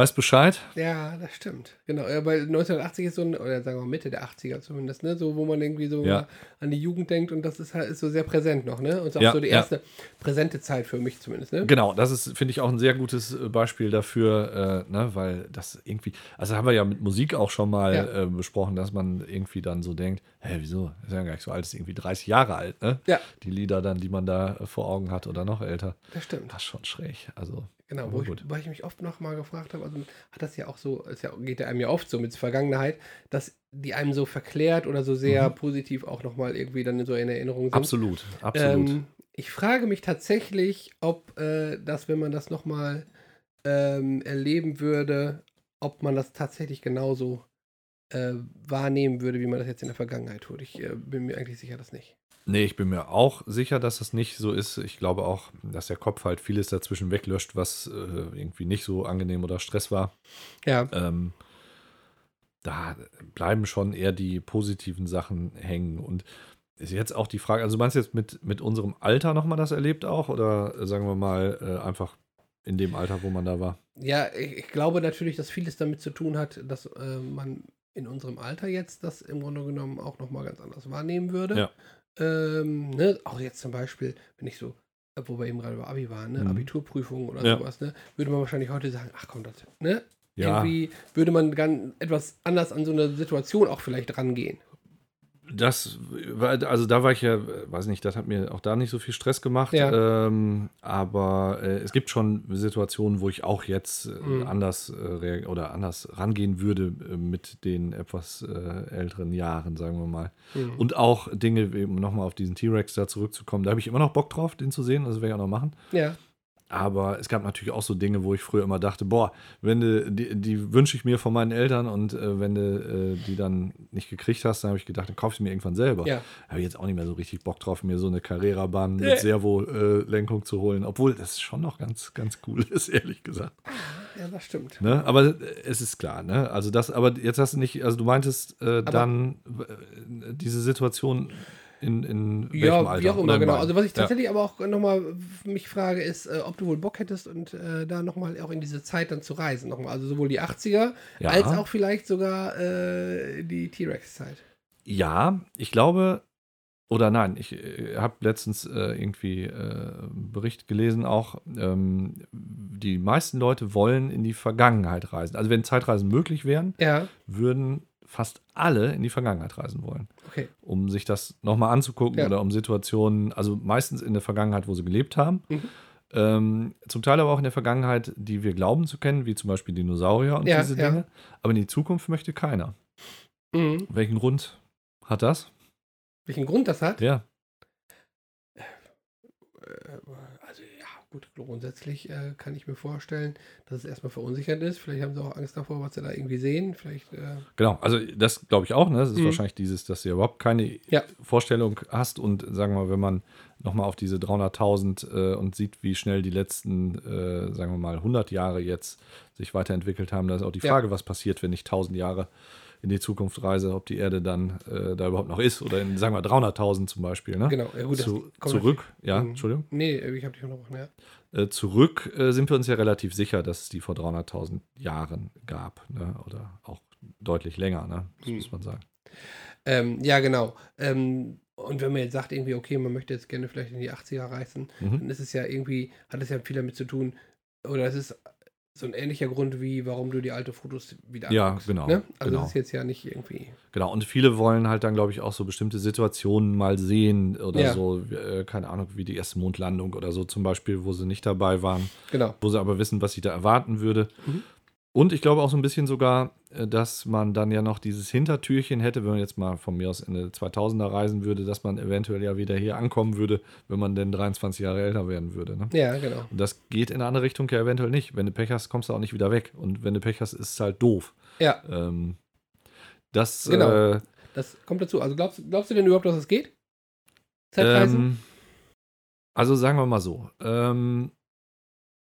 weißt Bescheid?
Ja, das stimmt. Genau. Ja, weil 1980 ist so ein, oder sagen wir mal Mitte der 80er zumindest, ne? So, wo man irgendwie so
Ja.
an die Jugend denkt und das ist halt ist so sehr präsent noch, ne? Und ist auch
Ja,
so die
ja.
erste präsente Zeit für mich zumindest, ne?
Genau, das ist, finde ich, auch ein sehr gutes äh, Beispiel dafür, äh, ne, weil das irgendwie, also haben wir ja mit Musik auch schon mal
Ja.
äh, besprochen, dass man irgendwie dann so denkt, hä, wieso? Ist ja gar nicht so alt, ist irgendwie 30 Jahre alt, ne?
Ja.
Die Lieder dann, die man da äh, vor Augen hat oder noch älter.
Das stimmt.
Das ist schon schräg. Also,
Genau,
aber
wo
gut.
ich, weil ich mich oft noch mal gefragt habe, also hat das ja auch so, es ja, geht ja einem ja oft so mit Vergangenheit, dass die einem so verklärt oder so sehr positiv auch noch mal irgendwie dann so in Erinnerung sind.
Mhm. absolut, absolut.
Ähm, ich frage mich tatsächlich, ob äh, das, wenn man das noch mal ähm, erleben würde, ob man das tatsächlich genauso äh, wahrnehmen würde, wie man das jetzt in der Vergangenheit tut. Ich äh, bin mir eigentlich sicher, dass nicht.
Nee, ich bin mir auch sicher, dass das nicht so ist. Ich glaube auch, dass der Kopf halt vieles dazwischen weglöscht, was äh, irgendwie nicht so angenehm oder Stress war.
Ja,
ähm, da bleiben schon eher die positiven Sachen hängen. Und ist jetzt auch die Frage, also du meinst jetzt mit, mit unserem Alter nochmal das erlebt auch? Oder äh, sagen wir mal äh, einfach in dem Alter, wo man da war?
ja ich, ich glaube natürlich, dass vieles damit zu tun hat, dass äh, man in unserem Alter jetzt das im Grunde genommen auch noch mal ganz anders wahrnehmen würde.
Ja.
Ähm, ne? Auch jetzt zum Beispiel, wenn ich so, äh, wo wir eben gerade über Abi waren, ne?
Mhm.
Abiturprüfungen oder
Ja.
sowas, ne? würde man wahrscheinlich heute sagen, ach komm, das, ne?
Ja,
Irgendwie würde man ganz etwas anders an so eine Situation auch vielleicht rangehen.
das, war- also da war ich ja, äh, weiß nicht, das hat mir auch da nicht so viel Stress gemacht. Ähm, aber äh, es gibt schon Situationen, wo ich auch jetzt äh,
Mhm.
anders äh, reag- oder anders rangehen würde äh, mit den etwas äh, älteren Jahren, sagen wir mal.
Mhm.
Und auch Dinge, wie- um nochmal auf diesen T-Rex da zurückzukommen, da habe ich immer noch Bock drauf, den zu sehen, das werde ich auch noch machen.
ja,
Aber es gab natürlich auch so Dinge, wo ich früher immer dachte, boah, wenn du, die, die wünsche ich mir von meinen Eltern und äh, wenn du äh, die dann nicht gekriegt hast, dann habe ich gedacht, dann kauf ich mir irgendwann selber.
ja,
Habe ich jetzt auch nicht mehr so richtig Bock drauf, mir so eine Carrera-Bahn
Nee.
mit Servo-Lenkung zu holen, obwohl das schon noch ganz, ganz cool ist, ehrlich gesagt.
ja, das stimmt.
Ne? Aber es ist klar, ne? Also das, aber jetzt hast du nicht, also du meintest äh, dann äh, diese Situation in, in welchem
Ja,
Alter?
wie auch immer,
Nein,
genau.
nein.
Also was ich
Ja.
tatsächlich aber auch nochmal mich frage, ist, äh, ob du wohl Bock hättest und äh, da nochmal auch in diese Zeit dann zu reisen. Nochmal. Also sowohl die 80er
ja.
als auch vielleicht sogar äh, die T-Rex-Zeit.
Ja, ich glaube, Oder nein, ich äh, habe letztens äh, irgendwie äh, einen Bericht gelesen auch, ähm, die meisten Leute wollen in die Vergangenheit reisen. Also wenn Zeitreisen möglich wären,
Ja,
würden fast alle in die Vergangenheit reisen wollen,
okay.
um sich das nochmal anzugucken
Ja.
oder um Situationen, also meistens in der Vergangenheit, wo sie gelebt haben.
Mhm.
Ähm, zum Teil aber auch in der Vergangenheit, die wir glauben zu kennen, wie zum Beispiel Dinosaurier und
Ja,
diese
ja.
Dinge. Aber in die Zukunft möchte keiner.
Mhm.
Welchen Grund hat das?
Welchen Grund das hat?
Ja.
Äh, Also ja, gut, grundsätzlich äh, kann ich mir vorstellen, dass es erstmal verunsichert ist. Vielleicht haben sie auch Angst davor, was sie da irgendwie sehen. Vielleicht, äh,
Genau, also das glaube ich auch. Ne? Das ist
Mhm.
wahrscheinlich dieses, dass du überhaupt keine
Ja.
Vorstellung hast und sagen wir mal, wenn man nochmal auf diese 300.000 äh, und sieht, wie schnell die letzten, äh, sagen wir mal, 100 Jahre jetzt sich weiterentwickelt haben, da ist auch die
Ja.
Frage, was passiert, wenn ich 1000 Jahre in die Zukunft reise, ob die Erde dann äh, da überhaupt noch ist oder in, sagen wir, 300.000 zum Beispiel. Ne?
genau, ja gut, das
Zu,
kommt
zurück, ja,
Mhm.
Entschuldigung.
natürlich- Nee, ich habe dich unterbrochen, ja.
Äh, zurück äh, sind wir uns ja relativ sicher, dass es die vor 300.000 Jahren gab ne? oder auch deutlich länger, ne? das
Mhm.
muss man sagen.
Ähm, ja, genau. Ähm, und wenn man jetzt sagt, irgendwie, okay, man möchte jetzt gerne vielleicht in die 80er reisen,
Mhm.
dann ist es ja irgendwie, hat es ja viel damit zu tun, oder es ist so ein ähnlicher Grund, wie warum du die alte Fotos wieder
Ja,
anguckst,
genau,
Ne? Also
genau.
es ist jetzt ja nicht irgendwie.
Genau, und viele wollen halt dann, glaube ich, auch so bestimmte Situationen mal sehen oder
Ja.
so, äh, keine Ahnung, wie die erste Mondlandung oder so zum Beispiel, wo sie nicht dabei waren,
Genau.
wo sie aber wissen, was sie da erwarten würde.
Mhm.
Und ich glaube auch so ein bisschen sogar, äh, dass man dann ja noch dieses Hintertürchen hätte, wenn man jetzt mal von mir aus in die 2000er reisen würde, dass man eventuell ja wieder hier ankommen würde, wenn man denn 23 Jahre älter werden würde. Ne?
Ja, genau.
Und das geht in eine andere Richtung ja eventuell nicht. Wenn du Pech hast, kommst du auch nicht wieder weg. Und wenn du Pech hast, ist es halt doof.
Ja,
Ähm, das
Genau.
äh,
das kommt dazu. Also glaubst, glaubst du denn überhaupt, dass es geht? Zeitreisen?
Ähm, also sagen wir mal so. Ähm,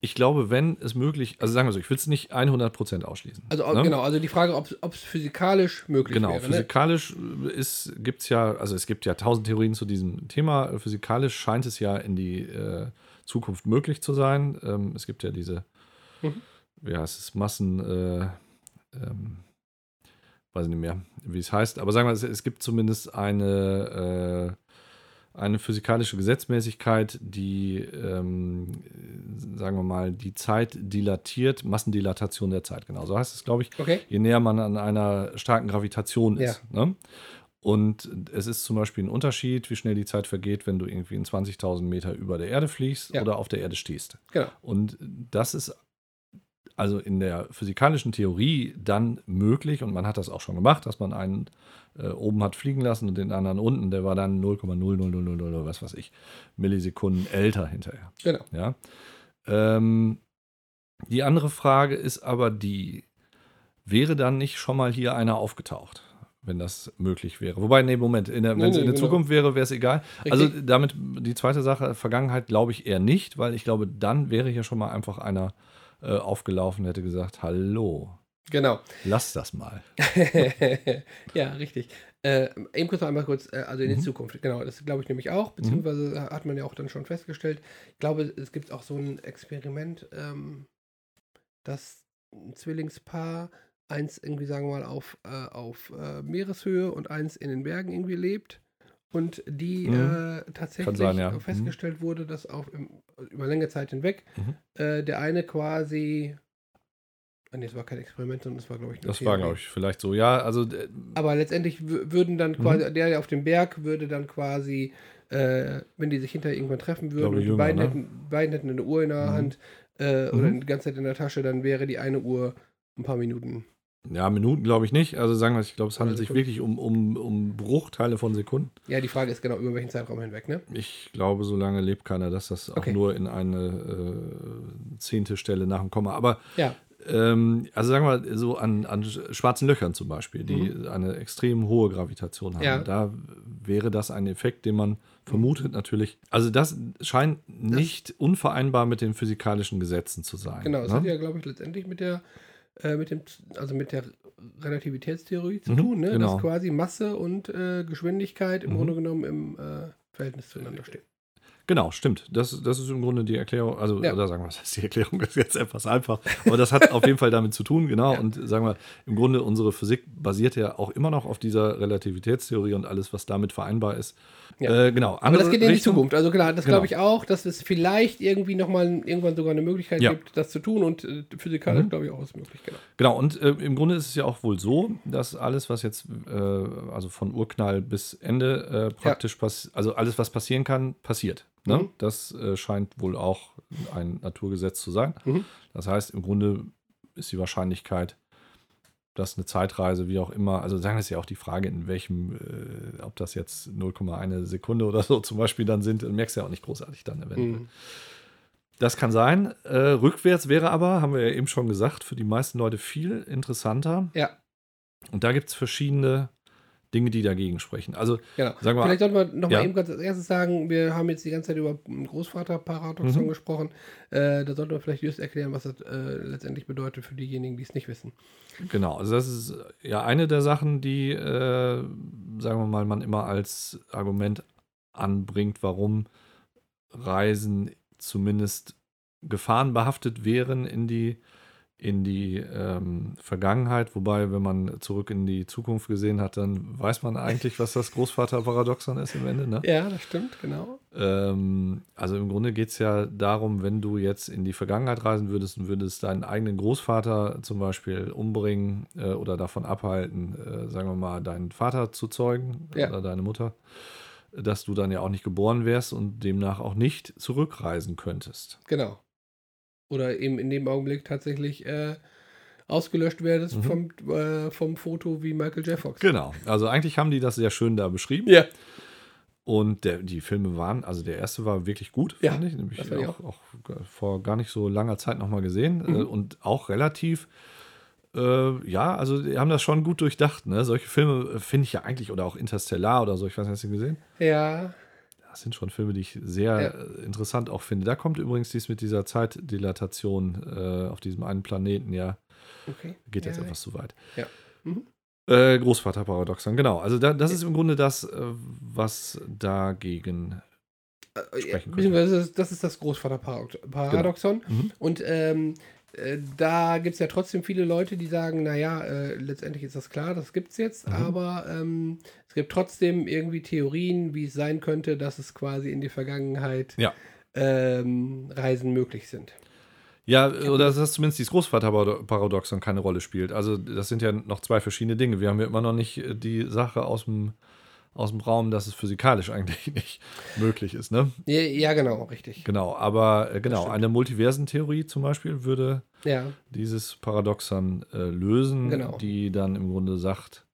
ich glaube, wenn es möglich, also sagen wir so, ich will es nicht 100% ausschließen.
also
ne?
genau, also die Frage, ob es physikalisch möglich
Genau,
wäre. Ne?
physikalisch ist, gibt's ja, also es gibt ja tausend Theorien zu diesem Thema. Physikalisch scheint es ja in die äh, Zukunft möglich zu sein. Ähm, es gibt ja diese,
Mhm.
ja, es ist Massen, äh, ähm, weiß nicht mehr, wie es heißt, aber sagen wir, es, es gibt zumindest eine, äh, eine physikalische Gesetzmäßigkeit, die, ähm, äh, sagen wir mal, die Zeit dilatiert, Massendilatation der Zeit, genau, so heißt es, glaube ich
Okay.
je näher man an einer starken Gravitation ist. Ne? Und es ist zum Beispiel ein Unterschied, wie schnell die Zeit vergeht, wenn du irgendwie in 20.000 Meter über der Erde fliegst
Ja.
oder auf der Erde stehst.
Genau.
Und das ist also in der physikalischen Theorie dann möglich und man hat das auch schon gemacht, dass man einen äh, oben hat fliegen lassen und den anderen unten, der war dann 0,00000 was weiß ich, Millisekunden älter hinterher.
Genau.
Ja. Ähm, die andere Frage ist aber die, wäre dann nicht schon mal hier einer aufgetaucht, wenn das möglich wäre? Wobei, nee, Moment, in der-
Nee,
wenn es
nee,
in der
genau.
Zukunft wäre, wäre es egal.
Richtig.
Also damit die zweite Sache, Vergangenheit glaube ich eher nicht, weil ich glaube, dann wäre hier schon mal einfach einer äh, aufgelaufen, hätte gesagt, hallo,
genau.
lass das mal.
ja, richtig. Äh, eben kurz noch einmal kurz, äh, also in die
Mhm.
Zukunft, genau, das glaube ich nämlich auch, beziehungsweise hat man ja auch dann schon festgestellt. Ich glaube, es gibt auch so ein Experiment, ähm, dass ein Zwillingspaar, eins irgendwie, sagen wir mal, auf, äh, auf äh, Meereshöhe und eins in den Bergen irgendwie lebt. Und die
Mhm.
äh, tatsächlich
sein, ja.
äh, festgestellt wurde, dass auf, im, über längere Zeit hinweg
Mhm.
äh, der eine quasi. Ah, nee, es war kein Experiment, sondern es war, glaube ich, eine
Das war,
Theorie.
glaube ich, vielleicht so. Ja, also äh,
Aber letztendlich wü- würden dann
Mhm.
quasi, der der auf dem Berg würde dann quasi, äh, wenn die sich hinterher irgendwann treffen würden
Glaube
und die
jünger,
beiden,
ne?
hätten, beiden hätten eine Uhr in der
Mhm.
Hand äh, oder
Mhm.
die ganze Zeit in der Tasche, dann wäre die eine Uhr ein paar Minuten.
ja, Minuten glaube ich nicht. Also sagen wir, ich glaube, es handelt sich
Sekunden.
wirklich um, um, um Bruchteile von Sekunden.
Ja, die Frage ist genau, über welchen Zeitraum hinweg, ne?
Ich glaube, solange lebt keiner, dass das auch
Okay.
nur in eine äh, zehnte Stelle nach dem Komma. Aber
Ja.
ähm, also sagen wir mal, so an, an schwarzen Löchern zum Beispiel, die eine extrem hohe Gravitation haben.
Mhm. Ja. Mhm.
Da wäre das ein Effekt, den man vermutet natürlich. Also das scheint nicht unvereinbar mit den physikalischen Gesetzen zu sein.
Genau, es
ne?
hat ja, glaube ich, letztendlich mit der, äh, mit dem, also mit der Relativitätstheorie zu
Mhm,
tun, ne?
genau.
Dass quasi Masse und äh, Geschwindigkeit im
Mhm.
Grunde genommen im äh, Verhältnis zueinander stehen.
Genau, stimmt. Das, das ist im Grunde die Erklärung. Also,
Ja.
oder sagen wir, das ist die Erklärung ist jetzt etwas einfach. Aber das hat auf jeden Fall damit zu tun, genau. Und sagen wir, im Grunde unsere Physik basiert ja auch immer noch auf dieser Relativitätstheorie und alles, was damit vereinbar ist.
Ja.
Äh, genau.
Aber das
Andere
geht in die
Richtung-
Zukunft. Also klar, das
Genau.
glaube ich auch, dass es vielleicht irgendwie nochmal irgendwann sogar eine Möglichkeit
Ja.
gibt, das zu tun. Und äh, physikalisch
Mhm.
glaube ich auch ist möglich. Genau.
Genau, und äh, im Grunde ist es ja auch wohl so, dass alles, was jetzt, äh, also von Urknall bis Ende äh, praktisch passiert, also alles, was passieren kann, passiert. Ne?
Mhm.
Das äh, scheint wohl auch ein Naturgesetz zu sein.
Mhm.
Das heißt, im Grunde ist die Wahrscheinlichkeit, dass eine Zeitreise, wie auch immer, also sagen wir es ja auch die Frage, in welchem, äh, ob das jetzt 0,1 Sekunde oder so zum Beispiel dann sind, merkst du ja auch nicht großartig dann eventuell.
Mhm.
Das kann sein. Äh, rückwärts wäre aber, haben wir ja eben schon gesagt, für die meisten Leute viel interessanter.
Ja.
Und da gibt es verschiedene Dinge, die dagegen sprechen. Also
Genau.
sagen wir
Vielleicht sollten wir nochmal
Ja.
mal eben ganz als erstes sagen, wir haben jetzt die ganze Zeit über Großvaterparadoxon
Mhm.
gesprochen. Äh, da sollten wir vielleicht just erklären, was das äh, letztendlich bedeutet für diejenigen, die es nicht wissen.
Genau, also das ist ja eine der Sachen, die, äh, sagen wir mal, man immer als Argument anbringt, warum Reisen zumindest gefahrenbehaftet wären in die, in die ähm, Vergangenheit. Wobei, wenn man zurück in die Zukunft gesehen hat, dann weiß man eigentlich, was das Großvaterparadoxon ist im Ende. Ne?
Ja, das stimmt, genau.
Ähm, also im Grunde geht es ja darum, wenn du jetzt in die Vergangenheit reisen würdest und würdest deinen eigenen Großvater zum Beispiel umbringen äh, oder davon abhalten, äh, sagen wir mal, deinen Vater zu zeugen
Ja.
oder deine Mutter, dass du dann ja auch nicht geboren wärst und demnach auch nicht zurückreisen könntest.
Genau. Oder eben in dem Augenblick tatsächlich äh, ausgelöscht werdest
Mhm.
vom, äh, vom Foto wie Michael J. Fox.
Genau, also eigentlich haben die das sehr schön da beschrieben.
Ja.
Und der, die Filme waren, also der erste war wirklich gut,
Ja,
fand ich. Nämlich
das fand ich
auch, auch vor gar nicht so langer Zeit nochmal gesehen.
Mhm.
Äh, Und auch relativ, äh, ja, also die haben das schon gut durchdacht. Ne? Solche Filme äh, finde ich ja eigentlich, oder auch Interstellar oder so, ich weiß nicht, hast du den gesehen?
Ja.
Das sind schon Filme, die ich sehr
Ja.
äh, interessant auch finde. Da kommt übrigens dies mit dieser Zeitdilatation äh, auf diesem einen Planeten, ja.
Okay.
Geht
ja,
jetzt etwas zu weit.
Ja. Mhm.
Äh, Großvaterparadoxon, genau. Also da, das ist im Grunde das, äh, was dagegen.
Äh,
sprechen können.
Beziehungsweise das ist- das ist das Großvaterparadoxon.
Mhm.
Und ähm, äh, da gibt es ja trotzdem viele Leute, die sagen, naja, äh, letztendlich ist das klar, das gibt's jetzt,
Mhm.
aber ähm, es gibt trotzdem irgendwie Theorien, wie es sein könnte, dass es quasi in die Vergangenheit
Ja.
ähm, Reisen möglich sind.
Ja, oder dass zumindest dieses Großvaterparadoxon keine Rolle spielt. Also das sind ja noch zwei verschiedene Dinge. Wir haben ja immer noch nicht äh, die Sache aus dem, aus dem Raum, dass es physikalisch eigentlich nicht möglich ist. Ne?
Ja, ja genau, richtig.
Genau, aber äh, genau,
stimmt.
eine Multiversentheorie zum Beispiel würde
Ja,
dieses Paradoxon äh, lösen,
Genau.
die dann im Grunde sagt,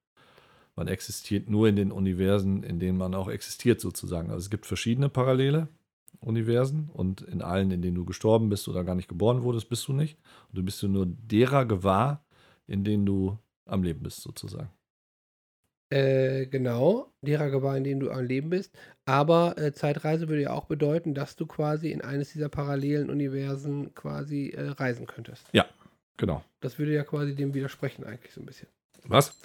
man existiert nur in den Universen, in denen man auch existiert, sozusagen. Also es gibt verschiedene parallele Universen und in allen, in denen du gestorben bist oder gar nicht geboren wurdest, bist du nicht. Und du bist dir nur derer gewahr, in denen du am Leben bist, sozusagen.
äh, genau, derer Gewahr, in dem du am Leben bist. Aber äh, Zeitreise würde ja auch bedeuten, dass du quasi in eines dieser parallelen Universen quasi äh, reisen könntest.
Genau.
Das würde ja quasi dem widersprechen eigentlich so ein bisschen.
Was?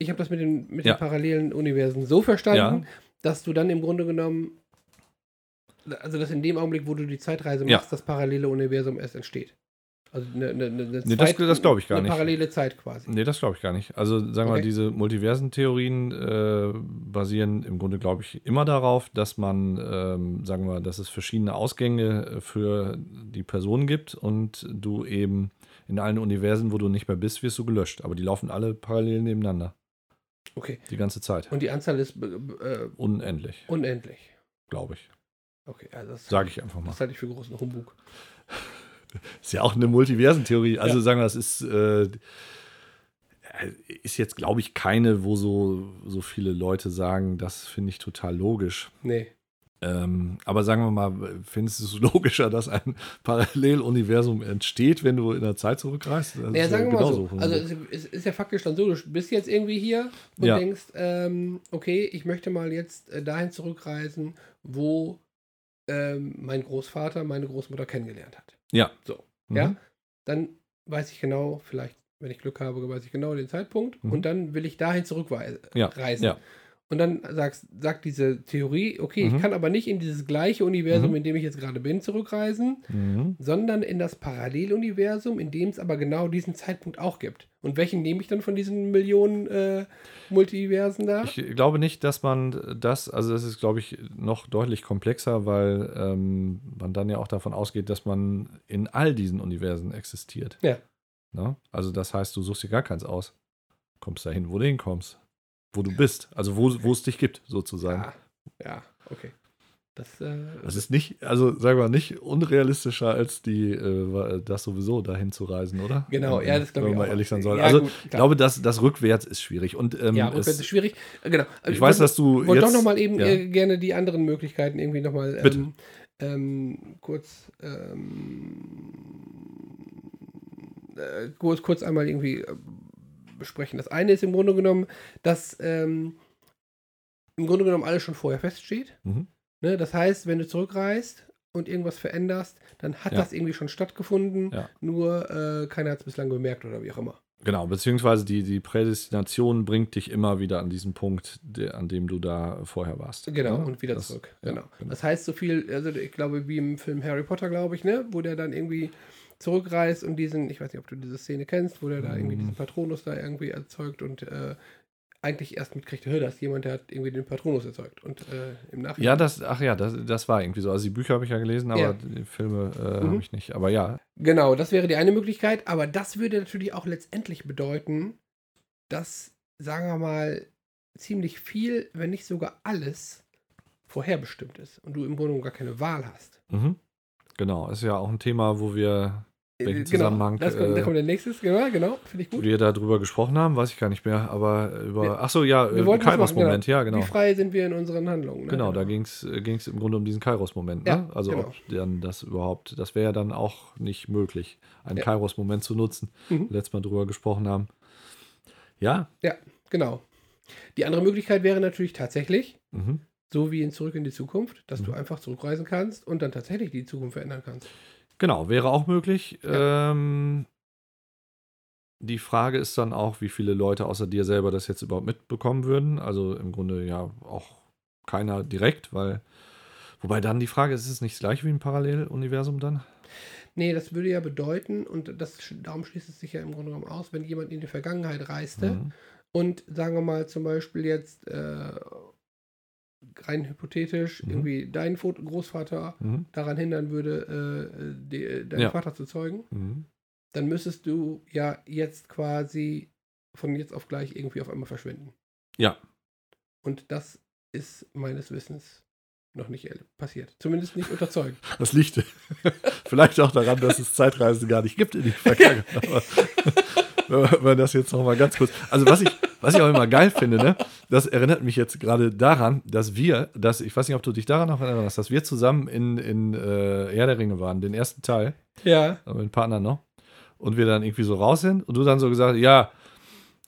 ich habe das mit, den, mit
Ja.
den parallelen Universen so verstanden, dass du dann im Grunde genommen, also dass in dem Augenblick, wo du die Zeitreise
Ja.
machst, das parallele Universum erst entsteht. Also eine, eine, eine
Nee, das- das glaub ich gar
eine
nicht.
parallele Zeit quasi.
Nee, das glaube ich gar nicht. Also sagen wir mal,
Okay.
diese Multiversentheorien äh, basieren im Grunde, glaube ich, immer darauf, dass man, ähm, sagen wir, mal, dass es verschiedene Ausgänge äh, für die Person gibt und du eben in allen Universen, wo du nicht mehr bist, wirst du gelöscht. Aber die laufen alle parallel nebeneinander,
Okay.
die ganze Zeit.
Und die Anzahl ist be- be-
Unendlich,
äh, unendlich.
glaube ich.
Okay, also das,
Sage ich einfach mal.
das halte ich für großen Humbug.
Ist ja auch eine Multiversentheorie. Also
Ja.
sagen wir, das ist, äh, ist jetzt, glaube ich, keine, wo so, so viele Leute sagen, das finde ich total logisch.
Nee.
Ähm, aber sagen wir mal, findest du es logischer, dass ein Paralleluniversum entsteht, wenn du in der Zeit zurückreist? Das
Naja,
ist
sagen wir mal so.
genauso.
Also es es ist ja faktisch dann so, du bist jetzt irgendwie hier und
Ja.
denkst, ähm, okay, ich möchte mal jetzt äh, dahin zurückreisen, wo ähm, mein Großvater meine Großmutter kennengelernt hat.
ja.
so,
Mhm.
ja? Dann weiß ich genau, vielleicht, wenn ich Glück habe, weiß ich genau den Zeitpunkt
Mhm.
und dann will ich dahin zurückreisen.
Ja, ja.
Und dann sagst, sagt diese Theorie, okay,
Mhm.
ich kann aber nicht in dieses gleiche Universum,
Mhm.
in dem ich jetzt gerade bin, zurückreisen,
Mhm.
sondern in das Paralleluniversum, in dem es aber genau diesen Zeitpunkt auch gibt. Und welchen nehme ich dann von diesen Millionen äh, Multiversen da?
Ich glaube nicht, dass man das, also das ist, glaube ich, noch deutlich komplexer, weil ähm, man dann ja auch davon ausgeht, dass man in all diesen Universen existiert.
Ja.
Ne? Also das heißt, du suchst dir gar keins aus. Kommst dahin, wo du hinkommst. Wo du bist. Also wo, wo es dich gibt, sozusagen.
ja, Ah, ja, okay. Das, äh,
Das ist nicht, also sagen wir mal, nicht unrealistischer als die, äh, wa- das sowieso dahin zu reisen, oder?
genau, ja, das glaube ich
Wenn
auch.
man ehrlich sein soll.
Ja,
also
gut,
ich
klar.
glaube, das, das rückwärts ist schwierig. Und ähm,
ja, rückwärts
es,
ist schwierig. Äh, Genau.
ich weiß,
wollte-
dass du
wollte
jetzt
doch nochmal eben
ja.
äh, gerne die anderen Möglichkeiten irgendwie nochmal
Bitte.
ähm, ähm, kurz, ähm, äh, kurz, kurz einmal irgendwie äh, besprechen. Das eine ist im Grunde genommen, dass ähm, im Grunde genommen alles schon vorher feststeht.
Mhm.
Ne? Das heißt, wenn du zurückreist und irgendwas veränderst, dann hat
Ja.
das irgendwie schon stattgefunden,
Ja.
nur äh, keiner hat es bislang bemerkt oder wie auch immer.
Genau, beziehungsweise die, die Prädestination bringt dich immer wieder an diesen Punkt, der, an dem du da vorher warst.
Genau,
Ne?
und wieder
Das-
zurück.
ja,
genau.
genau.
Das heißt, so viel, also ich glaube, wie im Film Harry Potter, glaube ich, ne, wo der dann irgendwie zurückreist und diesen, ich weiß nicht, ob du diese Szene kennst, wo der da irgendwie
Mm.
diesen Patronus da irgendwie erzeugt und äh, eigentlich erst mitkriegt, hör, da ist jemand, der hat irgendwie den Patronus erzeugt. Und äh, im Nachhinein.
Ja, das, ach ja, das, das war irgendwie so. Also die Bücher habe ich ja gelesen, aber
Ja.
die Filme äh,
Mhm.
habe ich nicht. Aber ja,
Genau, das wäre die eine Möglichkeit, aber das würde natürlich auch letztendlich bedeuten, dass, sagen wir mal, ziemlich viel, wenn nicht sogar alles, vorherbestimmt ist und du im Grunde genommen gar keine Wahl hast.
mhm. genau, ist ja auch ein Thema, wo wir, welchen
Äh,
Zusammenhang,
Das kommt, da
äh,
kommt der nächste, genau, genau finde ich
wo
gut.
wir darüber gesprochen haben, weiß ich gar nicht mehr, aber über,
Wir-
ach so, ja,
wir
äh,
wollten das
Kairos-Moment, ja,
Wie
genau.
frei sind wir in unseren Handlungen? ne?
Genau, da ging es im Grunde um diesen Kairos-Moment. Ne?
Ja,
also
genau.
ob dann das überhaupt, das wäre ja dann auch nicht möglich, einen
Ja.
Kairos-Moment zu nutzen.
Mhm.
Letztes Mal drüber gesprochen haben. Ja,
Genau. Die andere Möglichkeit wäre natürlich tatsächlich,
mhm.
so wie in Zurück in die Zukunft, dass du
Mhm.
einfach zurückreisen kannst und dann tatsächlich die Zukunft verändern kannst.
genau, wäre auch möglich. Ähm, die Frage ist dann auch, wie viele Leute außer dir selber das jetzt überhaupt mitbekommen würden. Also im Grunde ja auch keiner direkt, weil. Wobei dann die Frage ist, ist es nicht gleich wie ein Paralleluniversum dann?
Nee, das würde ja bedeuten, und das, darum schließt es sich ja im Grunde genommen aus, wenn jemand in die Vergangenheit reiste
Mhm.
und sagen wir mal zum Beispiel jetzt äh, rein hypothetisch
Mhm.
irgendwie deinen Fot- Großvater
Mhm.
daran hindern würde, äh, die, deinen
Ja.
Vater zu zeugen.
Mhm.
dann müsstest du ja jetzt quasi von jetzt auf gleich irgendwie auf einmal verschwinden.
Ja.
Und das ist meines Wissens noch nicht erle- passiert. Zumindest nicht überzeugend.
Das liegt vielleicht auch daran, dass es Zeitreisen gar nicht gibt in die Vergangenheit. Aber wenn man- wenn man das jetzt nochmal ganz kurz. Also, was ich, was ich auch immer geil finde, ne, das erinnert mich jetzt gerade daran, dass wir, dass, ich weiß nicht, ob du dich daran noch erinnerst, dass wir zusammen in, in äh, Herr der Ringe waren, den ersten Teil, aber
Ja.
mit Partner noch. Und wir dann irgendwie so raus sind und du dann so gesagt hast, ja,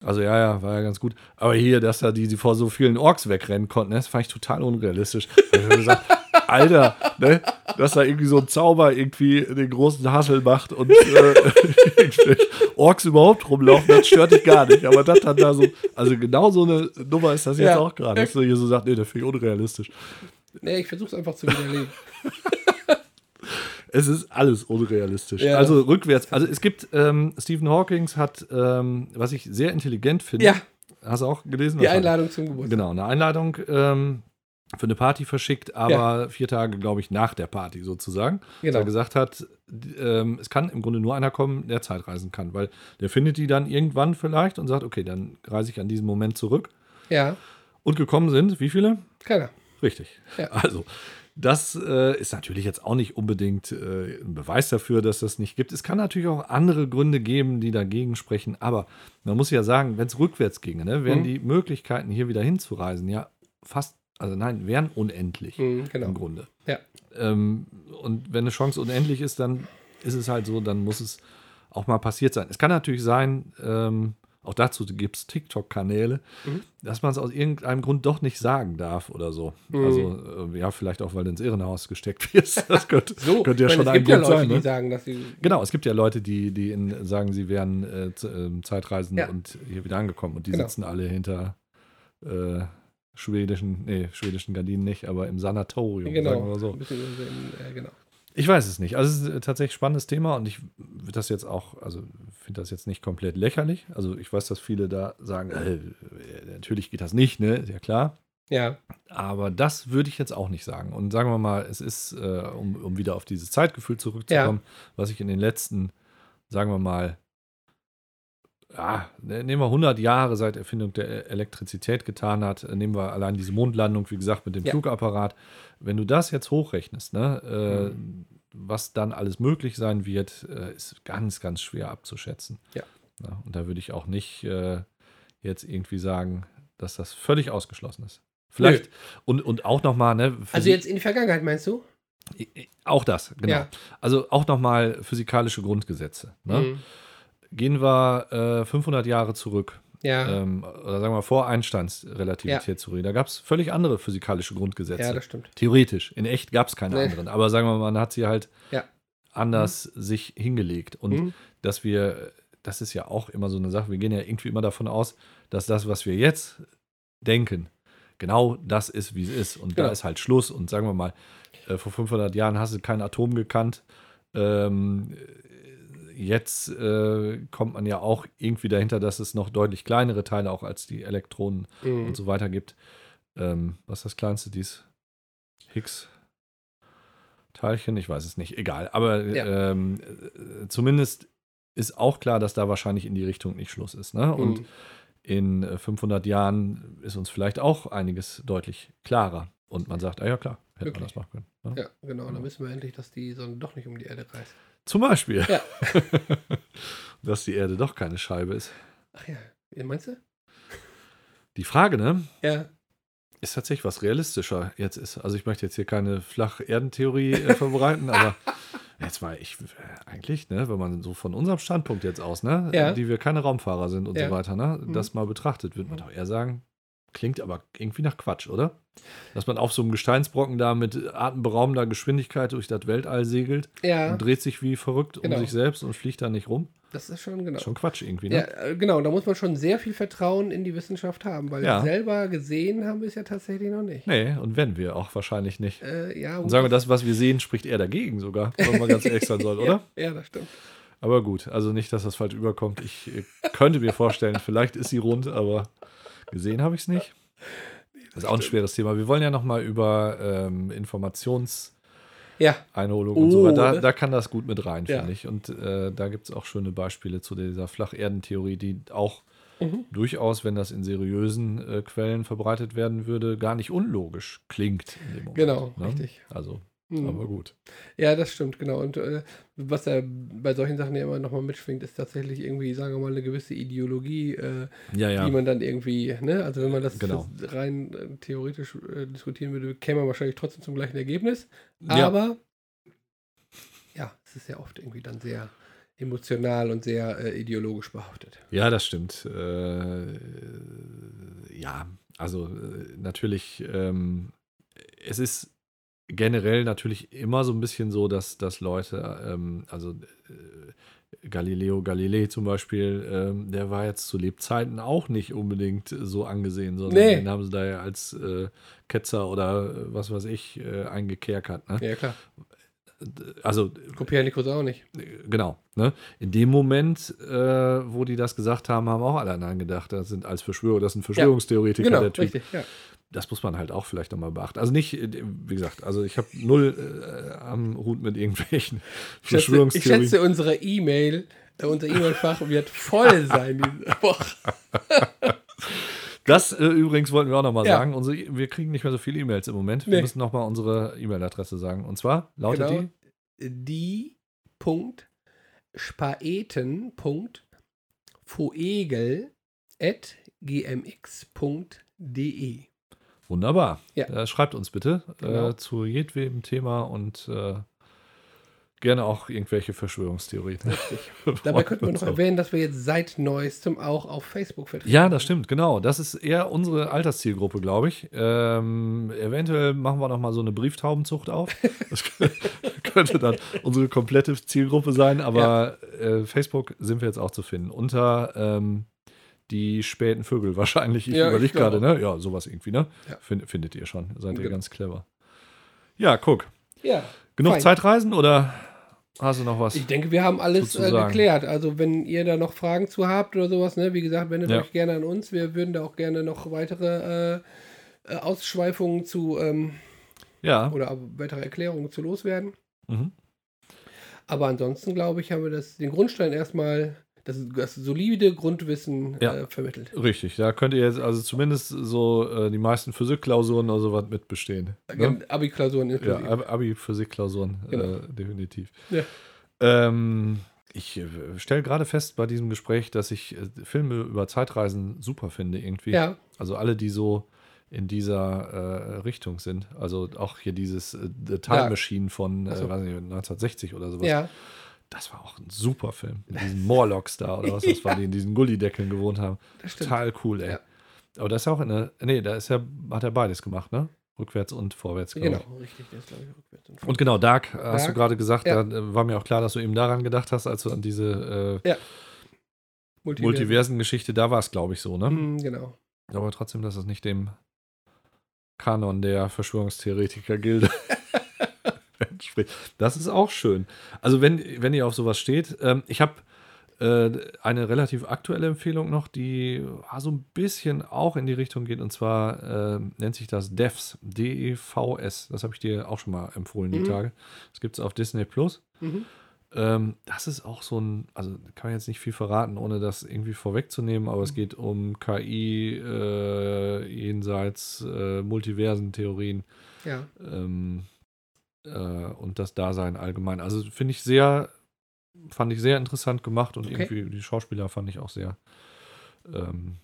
also ja, ja, war ja ganz gut. Aber hier, dass da die, die vor so vielen Orks wegrennen konnten, ne, das fand ich total unrealistisch. Da hab ich mir gesagt, Alter, ne, dass da irgendwie so ein Zauber irgendwie den großen Hassel macht und äh, Orks überhaupt rumlaufen, das stört dich gar nicht. Aber das hat da so, also genau so eine Nummer ist das jetzt
Ja.
auch gerade, dass du hier so sagst, nee, das finde ich unrealistisch.
Nee, ich versuch's einfach zu widerlegen.
Es ist alles unrealistisch.
Ja.
Also rückwärts. Also es gibt, ähm, Stephen Hawkins hat, ähm, was ich sehr intelligent finde.
ja,
Hast du auch gelesen?
die
Was hat-
Einladung zum Geburtstag.
Genau, eine Einladung ähm, für eine Party verschickt, aber vier Tage, glaube ich, nach der Party sozusagen. Dass er
Genau.
gesagt hat, d- ähm, es kann im Grunde nur einer kommen, der Zeitreisen kann, weil der findet die dann irgendwann vielleicht und sagt, okay, dann reise ich an diesen Moment zurück.
Ja,
Und gekommen sind, wie viele?
keiner.
Richtig.
Ja.
Also, das äh, ist natürlich jetzt auch nicht unbedingt äh, ein Beweis dafür, dass das nicht gibt. Es kann natürlich auch andere Gründe geben, die dagegen sprechen. Aber man muss ja sagen, wenn es rückwärts ginge, ne, wären
Mhm.
die Möglichkeiten, hier wieder hinzureisen, ja fast, also nein, wären unendlich
Hm,
im
genau.
Grunde.
Ja.
Ähm, und wenn eine Chance unendlich ist, dann ist es halt so, dann muss es auch mal passiert sein. Es kann natürlich sein, ähm, auch dazu gibt es TikTok-Kanäle,
Mhm.
dass man es aus irgendeinem Grund doch nicht sagen darf oder so.
Mhm.
Also, äh, ja, vielleicht auch, weil du ins Irrenhaus gesteckt wirst. Das könnte,
So,
könnte ja
ich meine,
schon
es
ein
gibt ja
Grund
Leute,
sein.
die
Ne?
sagen, dass sie.
Genau, es gibt ja Leute, die, die in, sagen, sie wären äh, Z- ähm, Zeitreisende
Ja.
und hier wieder angekommen und die
Genau.
sitzen alle hinter äh, schwedischen, nee, schwedischen Gardinen nicht, aber im Sanatorium, sagen
Genau.
wir so.
Ein bisschen so im, äh, genau.
Ich weiß es nicht. Also es ist äh, tatsächlich ein spannendes Thema und ich würde das jetzt auch, also finde das jetzt nicht komplett lächerlich. Also ich weiß, dass viele da sagen, äh, äh, natürlich geht das nicht, ne? Ist ja klar.
Ja,
Aber das würde ich jetzt auch nicht sagen. Und sagen wir mal, es ist, äh, um, um wieder auf dieses Zeitgefühl zurückzukommen, was ich in den letzten, sagen wir mal, ja, ne- nehmen wir 100 Jahre seit Erfindung der E- Elektrizität getan hat, äh, nehmen wir allein diese Mondlandung, wie gesagt, mit dem
Ja.
Flugapparat. Wenn du das jetzt hochrechnest, ne, äh,
Mhm.
was dann alles möglich sein wird, äh, ist ganz, ganz schwer abzuschätzen.
Ja.
Ja, und da würde ich auch nicht äh, jetzt irgendwie sagen, dass das völlig ausgeschlossen ist. Vielleicht und, und auch nochmal, ne?
also jetzt in die Vergangenheit meinst du?
Physi- Auch das, genau.
Ja.
Also auch nochmal physikalische Grundgesetze. Ne?
Mhm.
Gehen wir äh, 500 Jahre zurück,
Ja,
ähm, oder sagen wir vor Einsteins Relativitätstheorie. Da gab es völlig andere physikalische Grundgesetze.
ja, das stimmt.
Theoretisch. In echt gab es keine
Nee.
anderen. Aber sagen wir mal, man hat sie halt
Ja.
anders sich hingelegt. Und
Mhm.
dass wir, das ist ja auch immer so eine Sache, wir gehen ja irgendwie immer davon aus, dass das, was wir jetzt denken, genau das ist, wie es ist. Und da
Genau.
ist halt Schluss. Und sagen wir mal, äh, vor 500 Jahren hast du kein Atom gekannt. Ähm, jetzt äh, kommt man ja auch irgendwie dahinter, dass es noch deutlich kleinere Teile auch als die Elektronen
Mhm.
und so weiter gibt. Ähm, was ist das kleinste? Dies Higgs. Teilchen, ich weiß es nicht, egal. Aber
Ja.
ähm, äh, zumindest ist auch klar, dass da wahrscheinlich in die Richtung nicht Schluss ist. Ne? Und
Mhm.
in äh, 500 Jahren ist uns vielleicht auch einiges deutlich klarer. Und man sagt, ah ja klar, hätte man
Wirklich.
das machen können. Ne?
Ja, genau. Dann wissen wir endlich, dass die Sonne doch nicht um die Erde reist.
Zum Beispiel.
Ja.
dass die Erde doch keine Scheibe ist.
Ach ja, Wie meinst du?
Die Frage, ne?
Ja,
ist tatsächlich was realistischer jetzt ist. Also ich möchte jetzt hier keine Flacherdentheorie äh, verbreiten, aber jetzt mal, ich äh, eigentlich, ne, wenn man so von unserem Standpunkt jetzt aus, ne,
Ja.
die wir keine Raumfahrer sind und
Ja.
so weiter, ne,
Mhm.
das mal betrachtet, würde man doch eher sagen, klingt aber irgendwie nach Quatsch, oder? Dass man auf so einem Gesteinsbrocken da mit atemberaubender Geschwindigkeit durch das Weltall segelt
ja,
und dreht sich wie verrückt
Genau.
um sich selbst und fliegt da nicht rum.
das ist schon genau.
Ist schon Quatsch irgendwie,
Ja,
ne?
äh, genau, da muss man schon sehr viel Vertrauen in die Wissenschaft haben, weil
Ja.
selber gesehen haben wir es ja tatsächlich noch nicht.
Nee, und werden wir auch wahrscheinlich nicht.
Äh, ja,
Und sagen wir, das, was wir sehen, spricht eher dagegen sogar, wenn man ganz ehrlich sein soll, oder?
Ja, ja, das stimmt.
Aber gut, also nicht, dass das falsch überkommt. Ich äh, könnte mir vorstellen, vielleicht ist sie rund, aber gesehen habe ich es nicht. Das ist auch ein schweres Thema. Wir wollen ja nochmal über ähm, Informationseinholung
Ja,
und so
Oh,
weiter. Da,
ne?
da kann das gut mit rein,
Ja.
finde ich. Und äh, da gibt es auch schöne Beispiele zu dieser Flacherdentheorie, die auch
Mhm.
durchaus, wenn das in seriösen äh, Quellen verbreitet werden würde, gar nicht unlogisch klingt. In dem Moment,
genau,
ne?
richtig.
Also,
Mhm.
aber gut.
Ja, das stimmt, genau. Und äh, was da bei solchen Sachen ja immer nochmal mitschwingt, ist tatsächlich irgendwie, sagen wir mal, eine gewisse Ideologie, äh,
Ja, ja.
die man dann irgendwie, ne, also wenn man das
Genau.
fürs- rein äh, theoretisch äh, diskutieren würde, käme man wahrscheinlich trotzdem zum gleichen Ergebnis.
Ja.
Aber ja, es ist ja oft irgendwie dann sehr emotional und sehr äh, ideologisch behaftet.
Ja, das stimmt. Äh, ja, also äh, natürlich, ähm, es ist generell natürlich immer so ein bisschen so, dass, dass Leute, ähm, also äh, Galileo Galilei zum Beispiel, ähm, der war jetzt zu Lebzeiten auch nicht unbedingt so angesehen, sondern
Nee.
den haben sie da ja als äh, Ketzer oder äh, was weiß ich äh, eingekerkert. Ne?
Ja, klar.
Also
Kopernikus auch nicht.
genau. Ne? In dem Moment, äh, wo die das gesagt haben, haben auch alle anderen gedacht, das sind als Verschwörer, das sind Verschwörungstheoretiker,
Genau,
der Typ.
richtig. Ja.
Das muss man halt auch vielleicht nochmal beachten. Also nicht, äh, wie gesagt, also ich habe null äh, am Hut mit irgendwelchen
Ich, schätze, ich
Verschwörungstheorien.
schätze, unsere E-Mail, äh, unser E-Mail-Fach wird voll sein diese Woche.
das äh, übrigens wollten wir auch nochmal
Ja.
sagen. Unsere, E- wir kriegen nicht mehr so viele E-Mails im Moment. Wir
Nee.
müssen nochmal unsere E-Mail-Adresse sagen. Und zwar lautet
Genau.
die
die Punkt Spaeten Punkt Voegel at gmx.de.
Wunderbar.
Ja.
Äh, schreibt uns bitte
Genau.
äh, zu jedwedem Thema und äh, gerne auch irgendwelche Verschwörungstheorien.
Dabei könnten wir
Freuen
noch
uns auch.
erwähnen, dass wir jetzt seit neuestem auch auf Facebook vertreten
Ja, das stimmt, genau. Das ist eher unsere Alterszielgruppe, glaube ich. Ähm, eventuell machen wir noch mal so eine Brieftaubenzucht auf. Das könnte dann unsere komplette Zielgruppe sein, aber äh, Facebook sind wir jetzt auch zu finden. Unter ähm, die späten Vögel wahrscheinlich. Ich
Ja, ich
überlege
glaube
gerade, ne? Ja, sowas irgendwie, ne?
Ja.
Find, findet ihr schon. Seid ihr
Genau.
ganz clever. Ja, guck.
Ja.
Genug
Fein.
Zeitreisen oder hast du noch was?
Ich denke, wir haben alles äh,
Sozusagen.
geklärt. Also, wenn ihr da noch Fragen zu habt oder sowas, ne, wie gesagt, wendet
Ja.
euch gerne an uns. Wir würden da auch gerne noch weitere äh, äh, Ausschweifungen zu ähm,
ja.
oder weitere Erklärungen zu loswerden.
Mhm.
Aber ansonsten, glaube ich, haben wir das, den Grundstein erstmal, das, das solide Grundwissen
Ja.
äh, vermittelt.
Richtig, da könnt ihr jetzt also zumindest so äh, die meisten Physikklausuren oder sowas mitbestehen.
Äh,
Ne?
Abi-Klausuren
Ja,
inklusive.
Ab- Abi-Physikklausuren,
Genau.
äh, definitiv.
Ja.
Ähm, ich äh, stelle gerade fest bei diesem Gespräch, dass ich äh, Filme über Zeitreisen super finde, irgendwie.
Ja,
Also alle, die so in dieser äh, Richtung sind. Also auch hier dieses äh, The Time
Ja.
Machine von äh,
Ach so.
weiß nicht, 1960 oder sowas.
ja,
Das war auch ein super Film. Mit diesen Morlocks da oder was, was war, die in diesen Gullideckeln gewohnt haben.
das stimmt.
Total cool, ey.
Ja.
Aber das ist auch eine. Nee, da ist ja, hat er beides gemacht, ne? Rückwärts und vorwärts, glaub
Genau, richtig. Das glaube ich rückwärts und
und genau, Dark, hast du
Dark,
gerade gesagt,
ja.
da äh, war mir auch klar, dass du eben daran gedacht hast, als du an diese äh,
Multiversen.
Multiversen-Geschichte, da war es, glaube ich, so, ne?
Mhm, genau.
Aber trotzdem, dass es nicht dem Kanon der Verschwörungstheoretiker-Gilde entspricht. Das ist auch schön. Also, wenn, wenn ihr auf sowas steht, ähm, ich habe äh, eine relativ aktuelle Empfehlung noch, die ah, so ein bisschen auch in die Richtung geht, und zwar ähm, nennt sich das DEVS, D-E-V-S. Das habe ich dir auch schon mal empfohlen
Mhm.
die Tage. Das gibt es auf Disney Plus.
Mhm.
Ähm, das ist auch so ein, also kann man jetzt nicht viel verraten, ohne das irgendwie vorwegzunehmen, aber
Mhm.
es geht um KI, äh, jenseits äh, Multiversen-Theorien
Ja,
ähm, äh, und das Dasein allgemein. Also finde ich sehr, fand ich sehr interessant gemacht und
Okay.
irgendwie die Schauspieler fand ich auch sehr, ähm,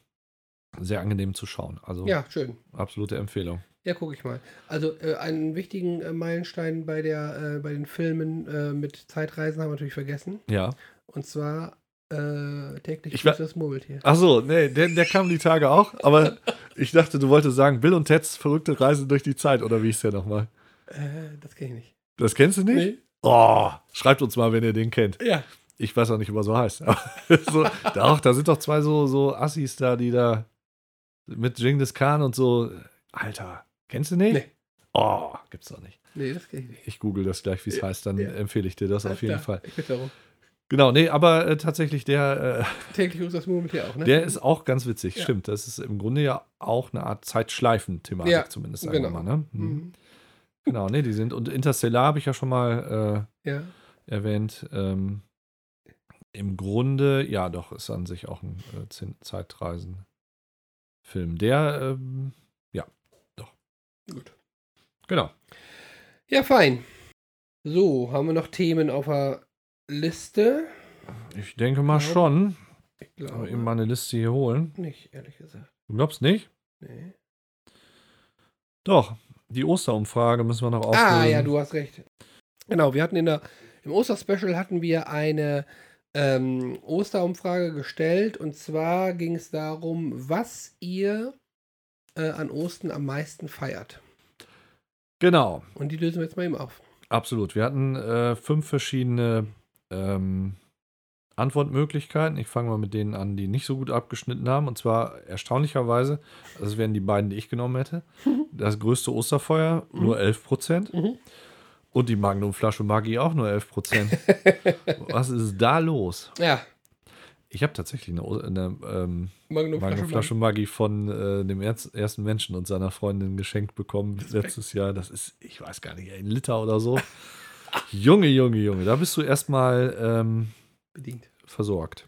sehr angenehm zu schauen. Also
ja, schön.
absolute Empfehlung.
Ja, gucke ich mal. Also äh, einen wichtigen äh, Meilenstein bei der, äh, bei den Filmen äh, mit Zeitreisen haben wir natürlich vergessen.
Ja.
Und zwar äh, täglich
Ich
grüßt das Murmeltier.
Ach so, nee, der, der kam die Tage auch, aber ich dachte, du wolltest sagen, Bill und Ted's verrückte Reise durch die Zeit, oder wie ist der nochmal?
Äh, das kenne ich nicht.
Das kennst du nicht? Oh, schreibt uns mal, wenn ihr den kennt.
Ja.
Ich weiß auch nicht, ob er so heißt. Aber so, doch, da sind doch zwei so, so Assis da, die da mit Genghis Khan und so. Alter, kennst du nicht?
Nee.
Oh, gibt's doch nicht.
Nee, das kenne ich nicht.
Ich google das gleich, wie es heißt, dann
ja.
empfehle ich dir das
Alles
auf jeden
klar,
Fall.
Ich bitte darum.
Genau, nee, aber äh, tatsächlich, der,
Täglich grüßt das Murmeltier auch, ne?
äh, der ist auch ganz witzig,
Ja.
stimmt. Das ist im Grunde ja auch eine Art Zeitschleifen-Thematik,
Ja,
zumindest sagen
genau.
wir mal. Ne? Mhm.
Mhm.
Genau, nee, die sind. Und Interstellar habe ich ja schon mal äh,
Ja.
erwähnt. Ähm, Im Grunde, ja, doch, ist an sich auch ein äh, Zin- Zeitreisen-Film. Der, ähm, ja, doch.
Gut.
Genau.
Ja, fein. So, haben wir noch Themen auf der Liste?
Ich denke mal
Ja.
schon.
Ich
Aber eben mal eine Liste hier holen.
nicht, ehrlich gesagt.
Du glaubst nicht?
Nee.
Doch. Die Osterumfrage müssen wir noch auflösen.
Ah, ja, du hast recht. Genau, wir hatten in der, im Osterspecial hatten wir eine ähm, Osterumfrage gestellt und zwar ging es darum, was ihr äh, an Ostern am meisten feiert.
Genau.
Und die lösen wir jetzt mal eben auf.
Absolut. Wir hatten äh, fünf verschiedene ähm, Antwortmöglichkeiten. Ich fange mal mit denen an, die nicht so gut abgeschnitten haben. Und zwar erstaunlicherweise, das wären die beiden, die ich genommen hätte. Das größte Osterfeuer, nur 11 Prozent.
Mhm.
Und die Magnumflasche Maggi auch nur 11 Prozent. Was ist da los?
Ja,
Ich habe tatsächlich eine, O- eine ähm,
Magnum
Magnumflasche Maggi von äh, dem Erz- ersten Menschen und seiner Freundin geschenkt bekommen letztes Jahr. Das ist, ich weiß gar nicht, ein Liter oder so. Junge, Junge, Junge, da bist du erstmal ähm,
bedient.
versorgt.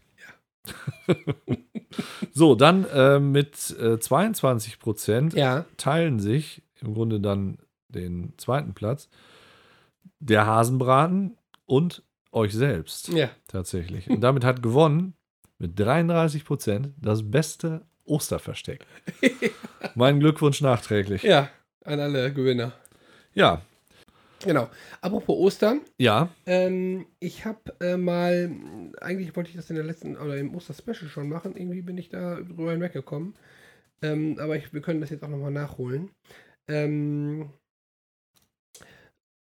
so, dann äh, mit äh, 22 Prozent
Ja,
teilen sich im Grunde dann den zweiten Platz der Hasenbraten und euch selbst
ja.
tatsächlich. Und damit hat gewonnen mit 33 Prozent das beste Osterversteck. mein Glückwunsch nachträglich. Ja.
Ja, an alle Gewinner.
ja,
Genau. Apropos Ostern, ähm, ich habe äh, mal, eigentlich wollte ich das in der letzten oder im Osterspecial schon machen, irgendwie bin ich da drüber hinweggekommen. Ähm, aber ich, wir können das jetzt auch nochmal nachholen. Ähm,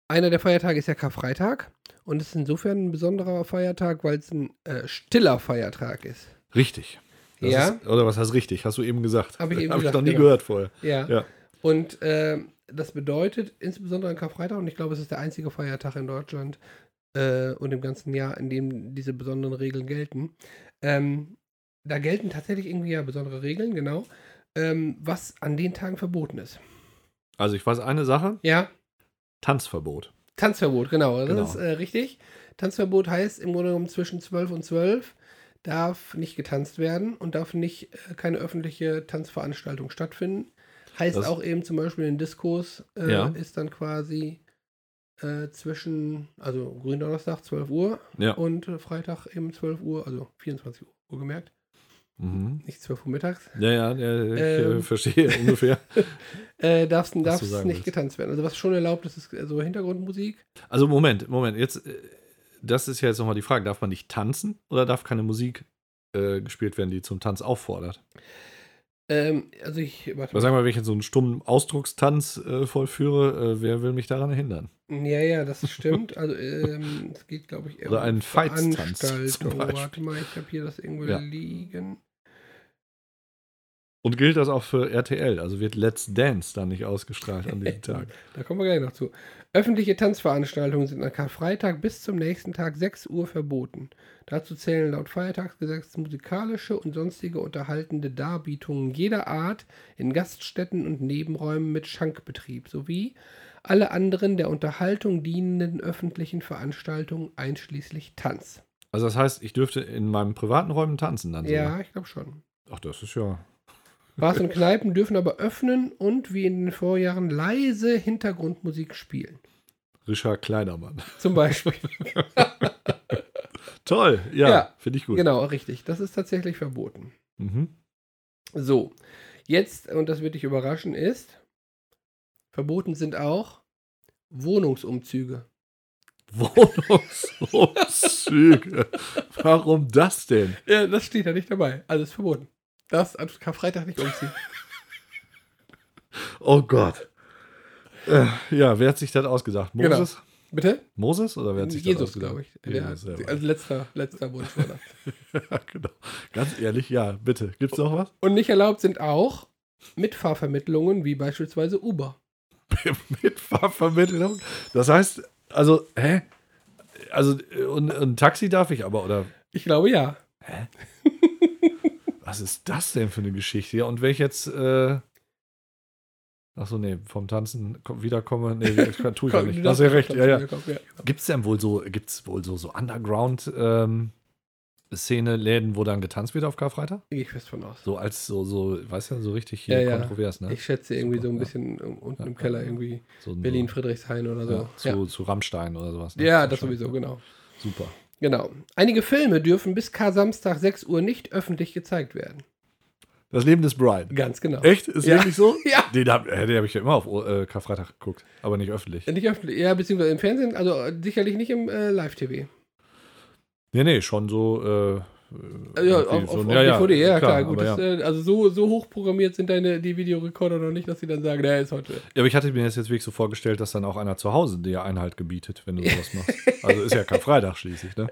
einer der Feiertage ist ja Karfreitag und es ist insofern ein besonderer Feiertag, weil es ein äh, stiller Feiertag ist.
richtig. Das
Ja.
Ist, oder was heißt richtig? Hast du eben gesagt.
Hab ich eben
Hab ich
gesagt,
noch nie
genau.
gehört vorher.
Ja.
Ja.
Und ähm, das bedeutet, insbesondere an Karfreitag, und ich glaube, es ist der einzige Feiertag in Deutschland äh, und im ganzen Jahr, in dem diese besonderen Regeln gelten. Ähm, da gelten tatsächlich irgendwie ja besondere Regeln, genau, ähm, was an den Tagen verboten ist.
Also ich weiß eine Sache,
Ja,
Tanzverbot.
Tanzverbot, genau. Das
Genau.
ist äh, richtig. Tanzverbot heißt im Grunde genommen zwischen 12 und 12 darf nicht getanzt werden und darf nicht äh, keine öffentliche Tanzveranstaltung stattfinden. Heißt
Das-
auch eben zum Beispiel in Diskos äh,
Ja.
ist dann quasi äh, zwischen, also Gründonnerstag 12 Uhr
Ja.
und äh, Freitag eben 12 Uhr, also 24 Uhr, wohlgemerkt,
Mhm.
nicht 12 Uhr mittags,
Ja, ja, ja ich äh,
Ähm.
verstehe ungefähr.
äh, darf
du
es
sagen
nicht
willst.
getanzt werden. Also was schon erlaubt ist, ist äh, so Hintergrundmusik.
Also Moment, Moment, jetzt, äh, das ist ja jetzt nochmal die Frage, darf man nicht tanzen oder darf keine Musik äh, gespielt werden, die zum Tanz auffordert?
Ähm, also ich, warte
Weil sagen wir mal, wenn ich jetzt so einen stummen Ausdruckstanz äh, vollführe, äh, wer will mich daran hindern?
Ja, ja, das stimmt. Also, ähm, es geht, glaube ich, eher
Oder einen Feiztanz
Veranstaltung.
zum
Oh,
Beispiel.
warte mal, ich habe hier das irgendwo
Ja.
liegen.
Und gilt das auch für RTL? Also wird Let's Dance dann nicht ausgestrahlt an diesem Tag?
Da kommen wir gleich noch zu. Öffentliche Tanzveranstaltungen sind an Karfreitag bis zum nächsten Tag 6 Uhr verboten. Dazu zählen laut Feiertagsgesetz musikalische und sonstige unterhaltende Darbietungen jeder Art in Gaststätten und Nebenräumen mit Schankbetrieb sowie alle anderen der Unterhaltung dienenden öffentlichen Veranstaltungen einschließlich Tanz.
Also das heißt, ich dürfte in meinen privaten Räumen tanzen dann
Ja, ich glaube schon.
sogar. Ach, das ist ja.
Bars und Kneipen dürfen aber öffnen und wie in den Vorjahren leise Hintergrundmusik spielen.
Richard Kleinermann.
Zum Beispiel.
Toll, ja,
Ja,
finde ich gut.
genau, richtig. Das ist tatsächlich verboten.
Mhm.
So, jetzt, und das wird dich überraschen, ist, verboten sind auch Wohnungsumzüge.
Wohnungsumzüge. Warum das denn?
Ja, das steht da nicht dabei. Also ist verboten. Das am Karfreitag nicht umziehen.
Oh Gott. Äh, ja, wer hat sich das ausgedacht?
Genau.
Moses?
Bitte?
Moses oder wer hat sich das
Jesus,
ausgedacht?
glaube ich.
Jesus
ja,
selber.
also letzter, letzter Wunsch war das.
ja, genau. Ganz ehrlich, ja, bitte. Gibt's noch was?
Und nicht erlaubt sind auch Mitfahrvermittlungen wie beispielsweise Uber.
Mitfahrvermittlung? Das heißt, also, hä? Also, äh, und, und ein Taxi darf ich aber, oder
Ich glaube ja.
was ist das denn für eine Geschichte? Ja, und wenn ich jetzt, äh, ach so, nee, vom Tanzen komm, wiederkomme, nee, das kann- tue ich ja
Komm,
nicht.
du
Das
darfst-
ist ja recht, ja, ja.
komm, ja.
Gibt es denn wohl so, gibt's wohl so, so Underground-Szene-Läden, wo dann getanzt wird auf Karfreitag?
Gehe ich fest von aus.
So als so, so, weißt ja, so richtig hier
Ja, ja.
kontrovers, ne?
Ich schätze irgendwie
Super,
so ein
ja.
bisschen um- unten
Ja,
im
ja,
Keller
ja.
irgendwie
So, ein-
Berlin, Friedrichshain oder so.
ja,
Ja,
zu, zu Rammstein oder sowas.
ja.
ne?
das
Wahrscheinlich.
sowieso, genau.
Super.
Genau. Einige Filme dürfen bis Kar-Samstag 6 Uhr nicht öffentlich gezeigt werden.
Das Leben des Brian.
Ganz genau.
Echt? Ist
Ja.
wirklich so?
Ja.
Den habe äh, den hab ich ja immer auf äh, Karfreitag geguckt, aber nicht öffentlich.
Nicht öffentlich, ja, beziehungsweise im Fernsehen, also äh, sicherlich nicht im äh, Live-TV.
Nee, nee, schon so. Äh,
Äh, Ja, auf,
irgendwie
auf,
so-
auf DVD, ja, klar, gut.
aber ja.
Das, äh, also so, so hoch programmiert sind deine die Videorekorder noch nicht, dass sie dann sagen, der ist heute.
Ja, aber ich hatte mir das jetzt wirklich so vorgestellt, dass dann auch einer zu Hause dir Einhalt gebietet, wenn du sowas machst. Also ist ja Karfreitag schließlich, ne?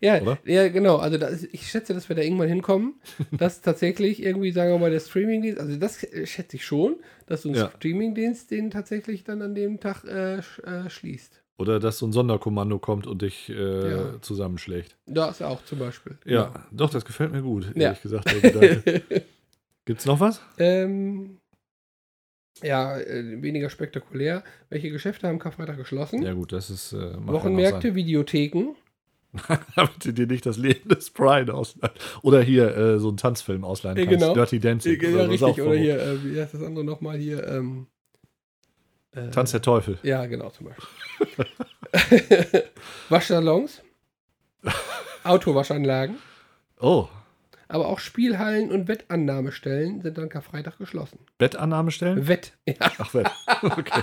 Ja,
Oder?
ja genau. Also da ist, ich schätze, dass wir da irgendwann hinkommen, dass tatsächlich irgendwie, sagen wir mal, der Streamingdienst, also das äh, schätze ich schon, dass so ein
Ja.
Streamingdienst den tatsächlich dann an dem Tag äh, sch- äh, schließt.
Oder dass so ein Sonderkommando kommt und dich äh,
Ja.
zusammenschlägt.
Das auch zum Beispiel.
Ja, doch, das gefällt mir gut, ehrlich
Ja.
gesagt. Der Gedanke. Gibt's noch was?
Ähm, ja, äh, weniger spektakulär. Welche Geschäfte haben Karfreitag geschlossen?
Ja, gut, das ist. Äh, mag ja noch sein.
Hm? Wochenmärkte, Videotheken.
damit du dir nicht das Leben des Brian ausleihen. Oder hier äh, so einen Tanzfilm ausleihen
Ja,
kannst.
genau.
Dirty Dancing.
Ja,
oder so, ist auch
richtig. Oder
verboten.
hier, äh, wie heißt das andere nochmal hier? Ähm, äh,
Tanz der Teufel.
Ja, genau, zum Beispiel. Waschsalons, Autowaschanlagen,
Oh,
aber auch Spielhallen und Wettannahmestellen sind dann Karfreitag geschlossen.
Bettannahme stellen?
Wett, ja,
Ach, Bett. Okay.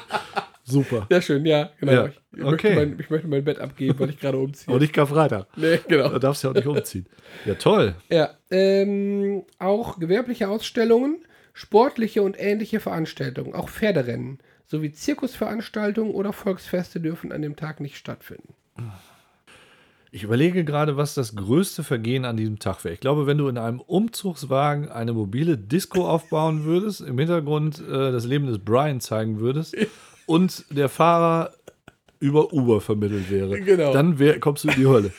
Super.
sehr schön, ja, genau.
Ja,
Ich, ich,
okay.
möchte mein, ich möchte mein Bett abgeben, weil ich gerade umziehe.
Und nicht Karfreitag.
nee,
Da
genau.
darfst du ja auch nicht umziehen. Ja, toll.
Ja, ähm, auch gewerbliche Ausstellungen, sportliche und ähnliche Veranstaltungen, auch Pferderennen sowie Zirkusveranstaltungen oder Volksfeste dürfen an dem Tag nicht stattfinden.
Ich überlege gerade, was das größte Vergehen an diesem Tag wäre. Ich glaube, wenn du in einem Umzugswagen eine mobile Disco aufbauen würdest, im Hintergrund äh, das Leben des Brian zeigen würdest und der Fahrer über Uber vermittelt wäre,
Genau.
dann wär, kommst du in die Hölle.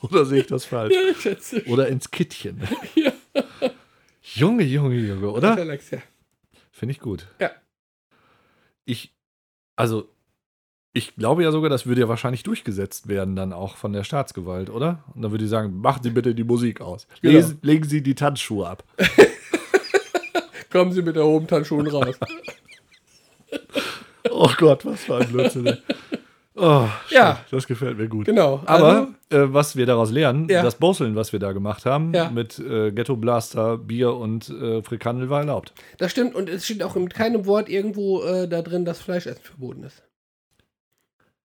Oder sehe ich das falsch?
ich schätze.
Oder ins Kittchen. Junge, Junge, Junge, oder?
Alex, ja.
Finde ich gut.
Ja.
Ich, also, ich glaube ja sogar, das würde ja wahrscheinlich durchgesetzt werden, dann auch von der Staatsgewalt, oder? Und dann würde die sagen: Machen Sie bitte die Musik aus.
Genau.
Lesen, legen Sie die Tanzschuhe ab.
Kommen Sie mit der hohen Handschuhen raus.
Oh Gott, was für ein Blödsinn. Oh,
Ja.
schön. das gefällt mir gut.
genau.
Aber
also,
äh, was wir daraus lernen,
Ja.
das Bosseln, was wir da gemacht haben,
Ja.
mit äh, Ghetto Blaster, Bier und äh, Frikandel war erlaubt.
das stimmt. Und es steht auch mit keinem Wort irgendwo äh, da drin, dass Fleischessen verboten ist.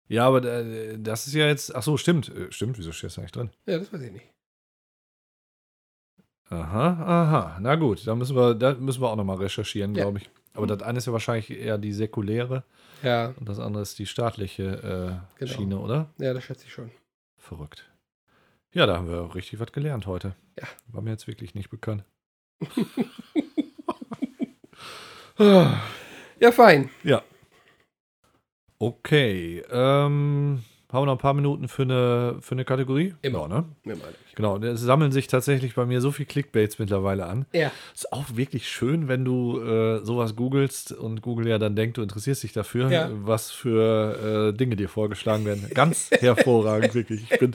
Ja, aber äh, das ist ja jetzt. Ach so, stimmt. Äh, Stimmt, wieso steht das da nicht drin?
Ja, das weiß ich nicht.
Aha, aha. Na gut, da müssen wir, da müssen wir auch nochmal recherchieren,
Ja.
glaube ich. Aber das eine ist ja wahrscheinlich eher die säkuläre
Ja,
und das andere ist die staatliche äh,
Genau.
Schiene, oder?
ja, das schätze ich schon.
Verrückt. Ja, da haben wir auch richtig was gelernt heute.
Ja.
War mir jetzt wirklich nicht bekannt.
Ja, fein.
Okay. Ähm, haben wir noch ein paar Minuten für eine, für eine Kategorie?
Immer.
Ja, ne?
Mir meine ich.
Genau, und es sammeln sich tatsächlich bei mir so viel Clickbaits mittlerweile an.
Ja.
Ist auch wirklich schön, wenn du äh, sowas googelst und Google ja dann denkt, du interessierst dich dafür,
Ja.
was für äh, Dinge dir vorgeschlagen werden. Ganz hervorragend, wirklich. Ich bin,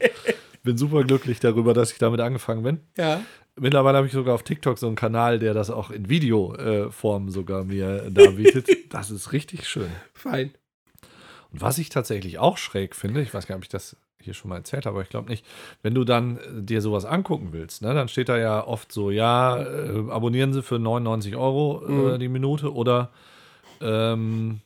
bin super glücklich darüber, dass ich damit angefangen bin.
Ja.
Mittlerweile habe ich sogar auf TikTok so einen Kanal, der das auch in Videoform äh, Form sogar mir äh, darbietet. Das ist richtig schön.
Fein.
Und was ich tatsächlich auch schräg finde, ich weiß gar nicht, ob ich das hier schon mal erzählt habe, aber ich glaube nicht, wenn du dann äh, dir sowas angucken willst, ne, dann steht da ja oft so, ja, äh, abonnieren Sie für 99 Euro äh,
Mhm.
die Minute oder ähm,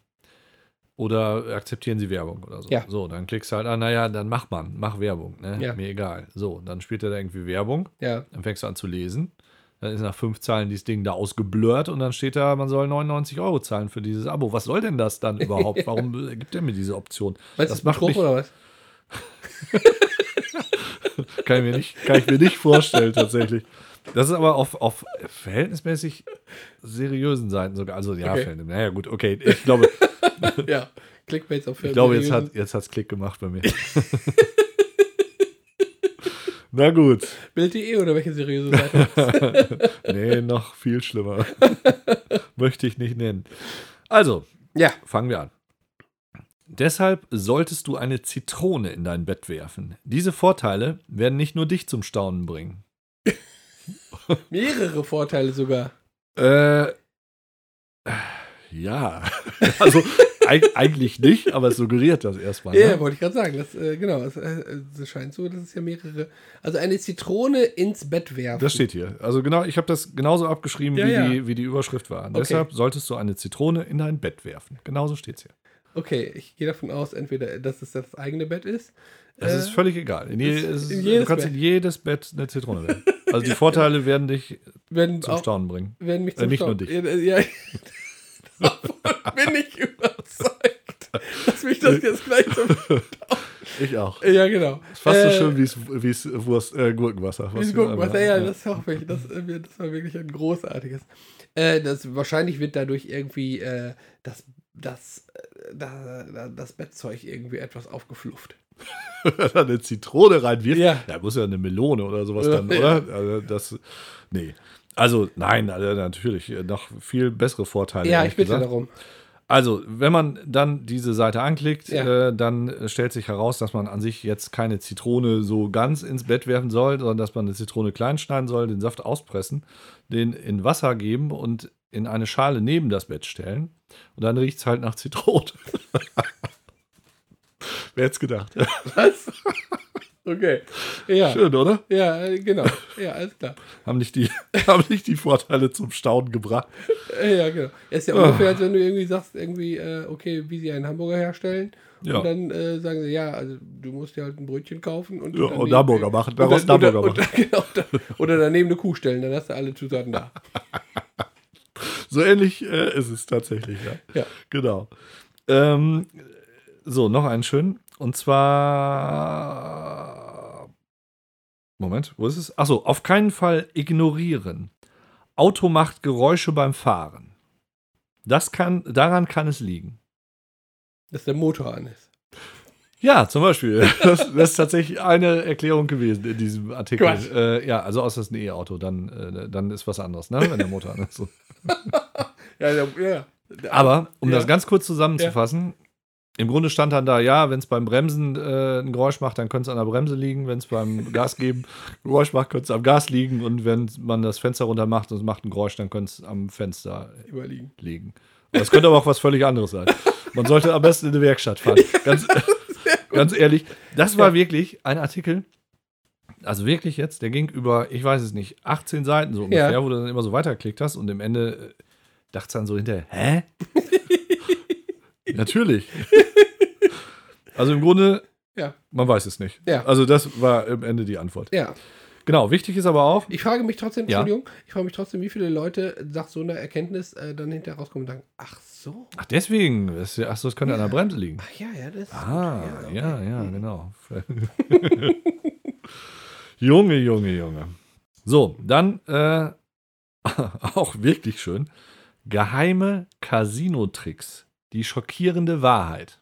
oder akzeptieren Sie Werbung oder so.
Ja.
So, dann klickst du halt an, naja, dann mach man, mach Werbung, ne?
Ja.
Mir egal. So, dann spielt er da irgendwie Werbung,
Ja.
dann fängst du an zu lesen. Dann ist nach fünf Zeilen dieses Ding da ausgeblurrt und dann steht da, man soll 99 Euro zahlen für dieses Abo. Was soll denn das dann überhaupt? Warum äh, gibt er mir diese Option?
Meinst
das
du
macht
Betrug
mich,
oder was?
kann, ich mir nicht, kann ich mir nicht vorstellen, tatsächlich. Das ist aber auf, auf verhältnismäßig seriösen Seiten sogar. Also, ja,
Okay.
verhältnismäßig. naja, gut, okay. Ich glaube,
Ja. Clickbaits auf
ich glaube jetzt hat es jetzt hat's Klick gemacht bei mir. Na gut.
Bild.de E oder welche seriöse Seite?
Nee, noch viel schlimmer. Möchte ich nicht nennen. Also,
ja.
fangen wir an. Deshalb solltest du eine Zitrone in dein Bett werfen. Diese Vorteile werden nicht nur dich zum Staunen bringen.
Mehrere Vorteile sogar.
Äh, ja. Also eig eigentlich nicht, aber es suggeriert das erstmal.
Ja,
Ne?
wollte ich gerade sagen. Das, äh, genau, es, äh, es scheint so, dass es ja mehrere. Also eine Zitrone ins Bett werfen.
Das steht hier. Also genau, ich habe das genauso abgeschrieben,
Ja,
wie,
ja.
Die, wie die Überschrift war. Deshalb solltest du eine Zitrone in dein Bett werfen. Genauso steht's hier.
Okay, ich gehe davon aus, entweder, dass es das eigene Bett ist.
Es ist völlig egal. In je,
Äh, ist
es ist,
in
du
jedes
kannst
Bett.
in jedes Bett eine Zitrone werfen. Also die Vorteile werden dich
Wenn
zum
auch,
Staunen bringen.
wenn mich
Äh, nicht nur
Stau-
dich.
Ja, äh, ja, davon bin ich überzeugt, dass mich das jetzt gleich so.
Ich auch.
Ja, genau.
Ist fast so
Äh,
schön wie es- wie es Wurst, äh, Gurkenwasser.
Wie
wir
gucken, was,
einmal-
ja, ja, das hoffe ich. Das, äh, wir- das war wirklich ein großartiges. Äh, das, wahrscheinlich wird dadurch irgendwie äh, das, das, äh, da, da, das Bettzeug irgendwie etwas aufgeflufft.
Wenn er eine Zitrone reinwirft,
Ja.
da muss ja eine Melone oder sowas
Ja,
dann,
ja.
oder? Also das, nee. Also nein, also natürlich äh, noch viel bessere Vorteile.
Ja,
ehrlich
ich bitte
gesagt.
darum.
Also, wenn man dann diese Seite anklickt,
Ja.
äh, dann äh, stellt sich heraus, dass man an sich jetzt keine Zitrone so ganz ins Bett werfen soll, sondern dass man eine Zitrone klein schneiden soll, den Saft auspressen, den in Wasser geben und in eine Schale neben das Bett stellen. Und dann riecht es halt nach Zitrone. Wer hätte es gedacht?
Was? Okay. Ja,
Schön, oder?
ja äh, genau. Ja, alles klar.
Haben nicht, die, haben nicht die Vorteile zum Staunen gebracht.
Äh, ja, genau. Ist ja
Ah.
ungefähr, als wenn du irgendwie sagst, irgendwie, äh, okay, wie sie einen Hamburger herstellen.
Ja.
Und dann äh, sagen sie, ja, also du musst dir halt ein Brötchen kaufen und,
Ja,
daneben-
und Hamburger machen.
und dann-
Daraus
oder-
Hamburger
und- genau, dann- Oder daneben eine Kuh stellen, dann hast du alle Zutaten da.
So ähnlich äh, ist es tatsächlich, ja.
Ja.
Genau. Ähm, so, noch einen schönen. Und zwar Moment, wo ist es? Achso, auf keinen Fall ignorieren. Auto macht Geräusche beim Fahren. Das kann, daran kann es liegen.
Dass der Motor an ist.
Ja, zum Beispiel. Das, das ist tatsächlich eine Erklärung gewesen in diesem Artikel.
Quatsch.
Äh, ja, also außer es ist ein E-Auto, dann, äh, dann ist was anderes, ne? wenn der Motor an ist.
Ja, der, ja.
Aber, um
Ja.
das ganz kurz zusammenzufassen, im Grunde stand dann da, ja, wenn es beim Bremsen äh, ein Geräusch macht, dann könnte es an der Bremse liegen. Wenn es beim Gas geben ein Geräusch macht, könnte es am Gas liegen. Und wenn man das Fenster runter macht und es macht ein Geräusch, dann könnte es am Fenster
Überliegen.
liegen. Aber es könnte aber auch was völlig anderes sein. Man sollte am besten in eine Werkstatt fahren. Ganz, ganz ehrlich, das war wirklich ein Artikel, also wirklich jetzt, der ging über, ich weiß es nicht, 18 Seiten so ungefähr,
Ja.
wo du dann immer so weiterklickt hast und im Ende äh, dachtest dann so hinterher, hä? Natürlich. also im Grunde,
Ja.
man weiß es nicht.
Ja.
Also das war im Ende die Antwort.
Ja.
Genau, wichtig ist aber auch,
Ich frage mich trotzdem,
Ja.
Entschuldigung, ich frage mich trotzdem, wie viele Leute nach so einer Erkenntnis äh, dann hinterher rauskommen und sagen, ach so.
ach deswegen, das, ach so, es könnte an der Bremse liegen.
Ach ja, ja, Hm. das ist
Ah,
gut,
ja, ja, genau. Junge, Junge, Junge. So, dann äh, auch wirklich schön. Geheime Casino-Tricks. Die schockierende Wahrheit.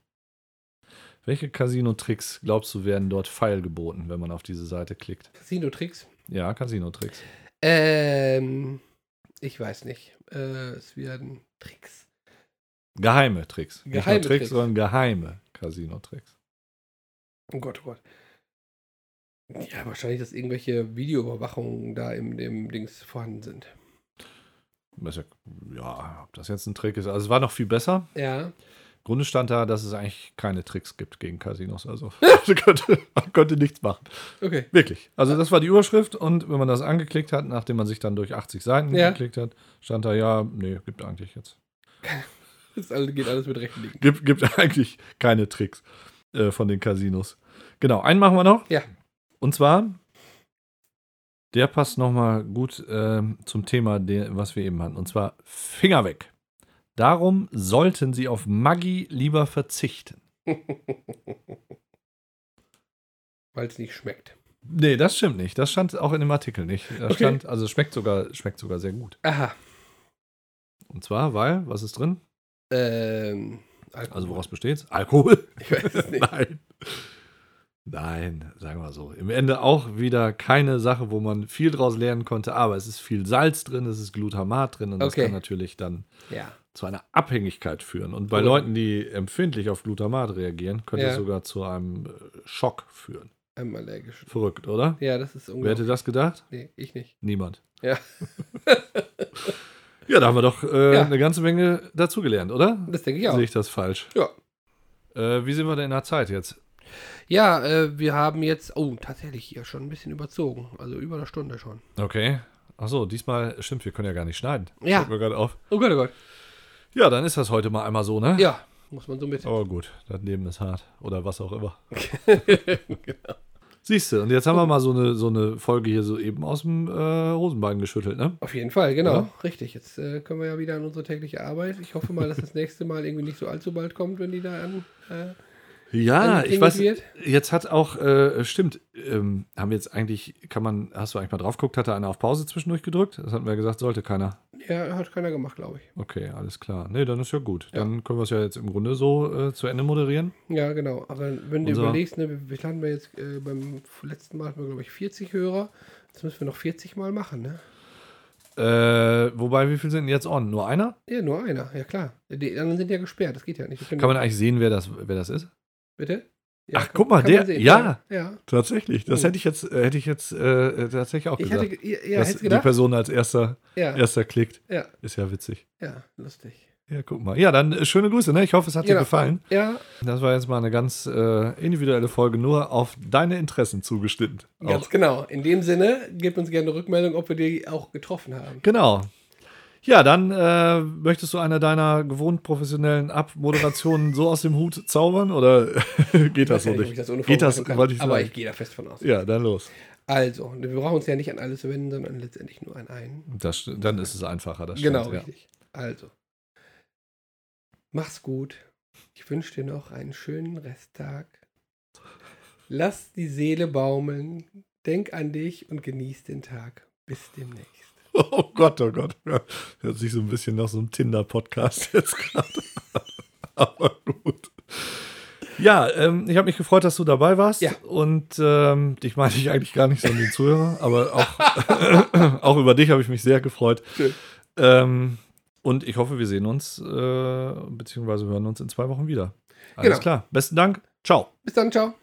Welche Casino-Tricks, glaubst du, werden dort feilgeboten, wenn man auf diese Seite klickt?
Casino-Tricks.
Ja, Casino-Tricks.
Ähm, ich weiß nicht. Äh, es werden Tricks.
Geheime Tricks. Nicht nur
Geheime
Tricks,
Tricks.
sondern geheime Casino-Tricks.
Oh Gott, oh Gott. Ja, wahrscheinlich, dass irgendwelche Videoüberwachungen da im dem Dings vorhanden sind.
Das ist ja- Ja, ob das jetzt ein Trick ist. Also es war noch viel besser.
Ja.
Grunde stand da, dass es eigentlich keine Tricks gibt gegen Casinos. Also man könnte, man könnte nichts machen.
Okay.
Wirklich. Also das war die Überschrift und wenn man das angeklickt hat, nachdem man sich dann durch 80 Seiten
Ja.
geklickt hat, stand da, ja, nee, gibt eigentlich jetzt.
Das alles- geht alles mit rechten Dingen.
Gibt, gibt eigentlich keine Tricks äh, von den Casinos. Genau, einen machen wir noch.
Ja.
Und zwar, der passt nochmal gut ähm, zum Thema, der, was wir eben hatten. Und zwar Finger weg. Darum sollten Sie auf Maggi lieber verzichten.
Weil es nicht schmeckt.
Nee, das stimmt nicht. Das stand auch in dem Artikel nicht. Da
Okay.
stand, also es schmeckt sogar, schmeckt sogar sehr gut.
Aha.
Und zwar, weil, was ist drin?
Ähm, Alkohol.
Also woraus besteht's? Alkohol?
Ich weiß es nicht.
Nein. Nein, sagen wir so. Im Ende auch wieder keine Sache, wo man viel draus lernen konnte, aber es ist viel Salz drin, es ist Glutamat drin und das
Okay.
kann natürlich dann
Ja.
zu einer Abhängigkeit führen. Und bei
Oh.
Leuten, die empfindlich auf Glutamat reagieren, könnte es
Ja.
sogar zu einem äh, Schock führen.
Einmal allergisch.
Verrückt, oder?
Ja, das ist
Wer hätte
unglaublich.
das gedacht?
Nee, ich nicht.
Niemand.
Ja.
ja, da haben wir doch äh,
Ja.
eine ganze Menge dazugelernt, oder?
Das denke ich auch.
Sehe Also ich das falsch?
Ja.
Äh, wie sind wir denn in der Zeit jetzt?
Ja, äh, wir haben jetzt, oh, tatsächlich hier schon ein bisschen überzogen. Also über eine Stunde schon.
Okay. Achso, diesmal stimmt, wir können ja gar nicht schneiden.
Ja.
Fällt mir gerade auf.
Oh Gott, oh Gott.
Ja, dann ist das heute mal einmal so, ne?
Ja, muss man so mit.
Aber gut, das Leben ist hart. Oder was auch immer.
genau.
Siehst du, und jetzt haben wir mal so eine, so eine Folge hier so eben aus dem äh, Hosenbein geschüttelt, ne?
Auf jeden Fall, genau.
Ja.
Richtig. Jetzt äh, können wir ja wieder an unsere tägliche Arbeit. Ich hoffe mal, dass das nächste Mal irgendwie nicht so allzu bald kommt, wenn die da an. Äh,
Ja,
Angeklingelt
ich weiß.
wird?
Jetzt hat auch, äh, stimmt, ähm, haben wir jetzt eigentlich, kann man, hast du eigentlich mal drauf geguckt, hat da einer auf Pause zwischendurch gedrückt? Das hatten wir ja gesagt, sollte keiner.
ja, hat keiner gemacht, glaube ich.
Okay, alles klar. Nee, dann ist ja gut.
Ja.
Dann können wir es ja jetzt im Grunde so äh, zu Ende moderieren.
Ja, genau. Aber wenn du
Unser-
überlegst, ne, wie- wie landen wir jetzt äh, beim letzten Mal, hatten wir, glaube ich, 40 Hörer. Jetzt müssen wir noch 40 Mal machen, ne?
Äh, wobei, wie viel sind denn jetzt on? Nur einer?
Ja, nur einer, ja klar. Die anderen sind ja gesperrt, das geht ja nicht. Wir können-
Kann man eigentlich sehen, wer das, wer das ist?
Bitte? Ja,
Ach,
kann-
guck mal,
kann
der-
man sehen.
ja.
Ja.
Tatsächlich. Das
Hm.
hätte ich jetzt, hätte ich jetzt äh, tatsächlich auch
Ich
gesagt.
hatte, ge- ja, ja
dass
hättest du
die
gedacht?
Person als erster,
Ja, ja,
erster klickt.
ja,
Ist ja witzig.
lustig.
Ja, guck mal. Ja, dann äh, schöne Grüße, ne? Ich hoffe, es hat dir
Genau.
gefallen.
Ja,
Das war jetzt mal eine ganz äh, individuelle Folge, nur auf deine Interessen zugeschnitten. Auch.
ganz genau. In dem Sinne, gebt uns gerne eine Rückmeldung, ob wir die auch getroffen haben.
Genau. Ja, dann äh, möchtest du eine deiner gewohnt professionellen Abmoderationen so aus dem Hut zaubern oder geht das so
Ich weiß ja nicht, ob ich
nicht?
das ohne
Geht das,
Vorbereitung kann,
wollte ich
Aber
sagen.
ich gehe da fest von aus.
Ja, dann los.
Also, wir brauchen uns ja nicht an alles wenden, sondern letztendlich nur an einen.
Das, st- dann ist es einfacher. Das
genau,
stimmt, ja.
richtig. Also, mach's gut. Ich wünsche dir noch einen schönen Resttag. Lass die Seele baumeln. Denk an dich und genieß den Tag. Bis demnächst.
Oh Gott, oh Gott. Hört sich so ein bisschen nach so einem Tinder-Podcast jetzt gerade. an. Aber gut. Ja, ähm, ich habe mich gefreut, dass du dabei warst.
Ja.
Und ähm, dich meine ich eigentlich gar nicht, sondern den Zuhörer. Aber auch, auch über dich habe ich mich sehr gefreut.
Schön.
Ähm, und ich hoffe, wir sehen uns, äh, beziehungsweise hören uns in zwei Wochen wieder. Alles
Genau.
klar. Besten Dank. Ciao.
Bis dann, ciao.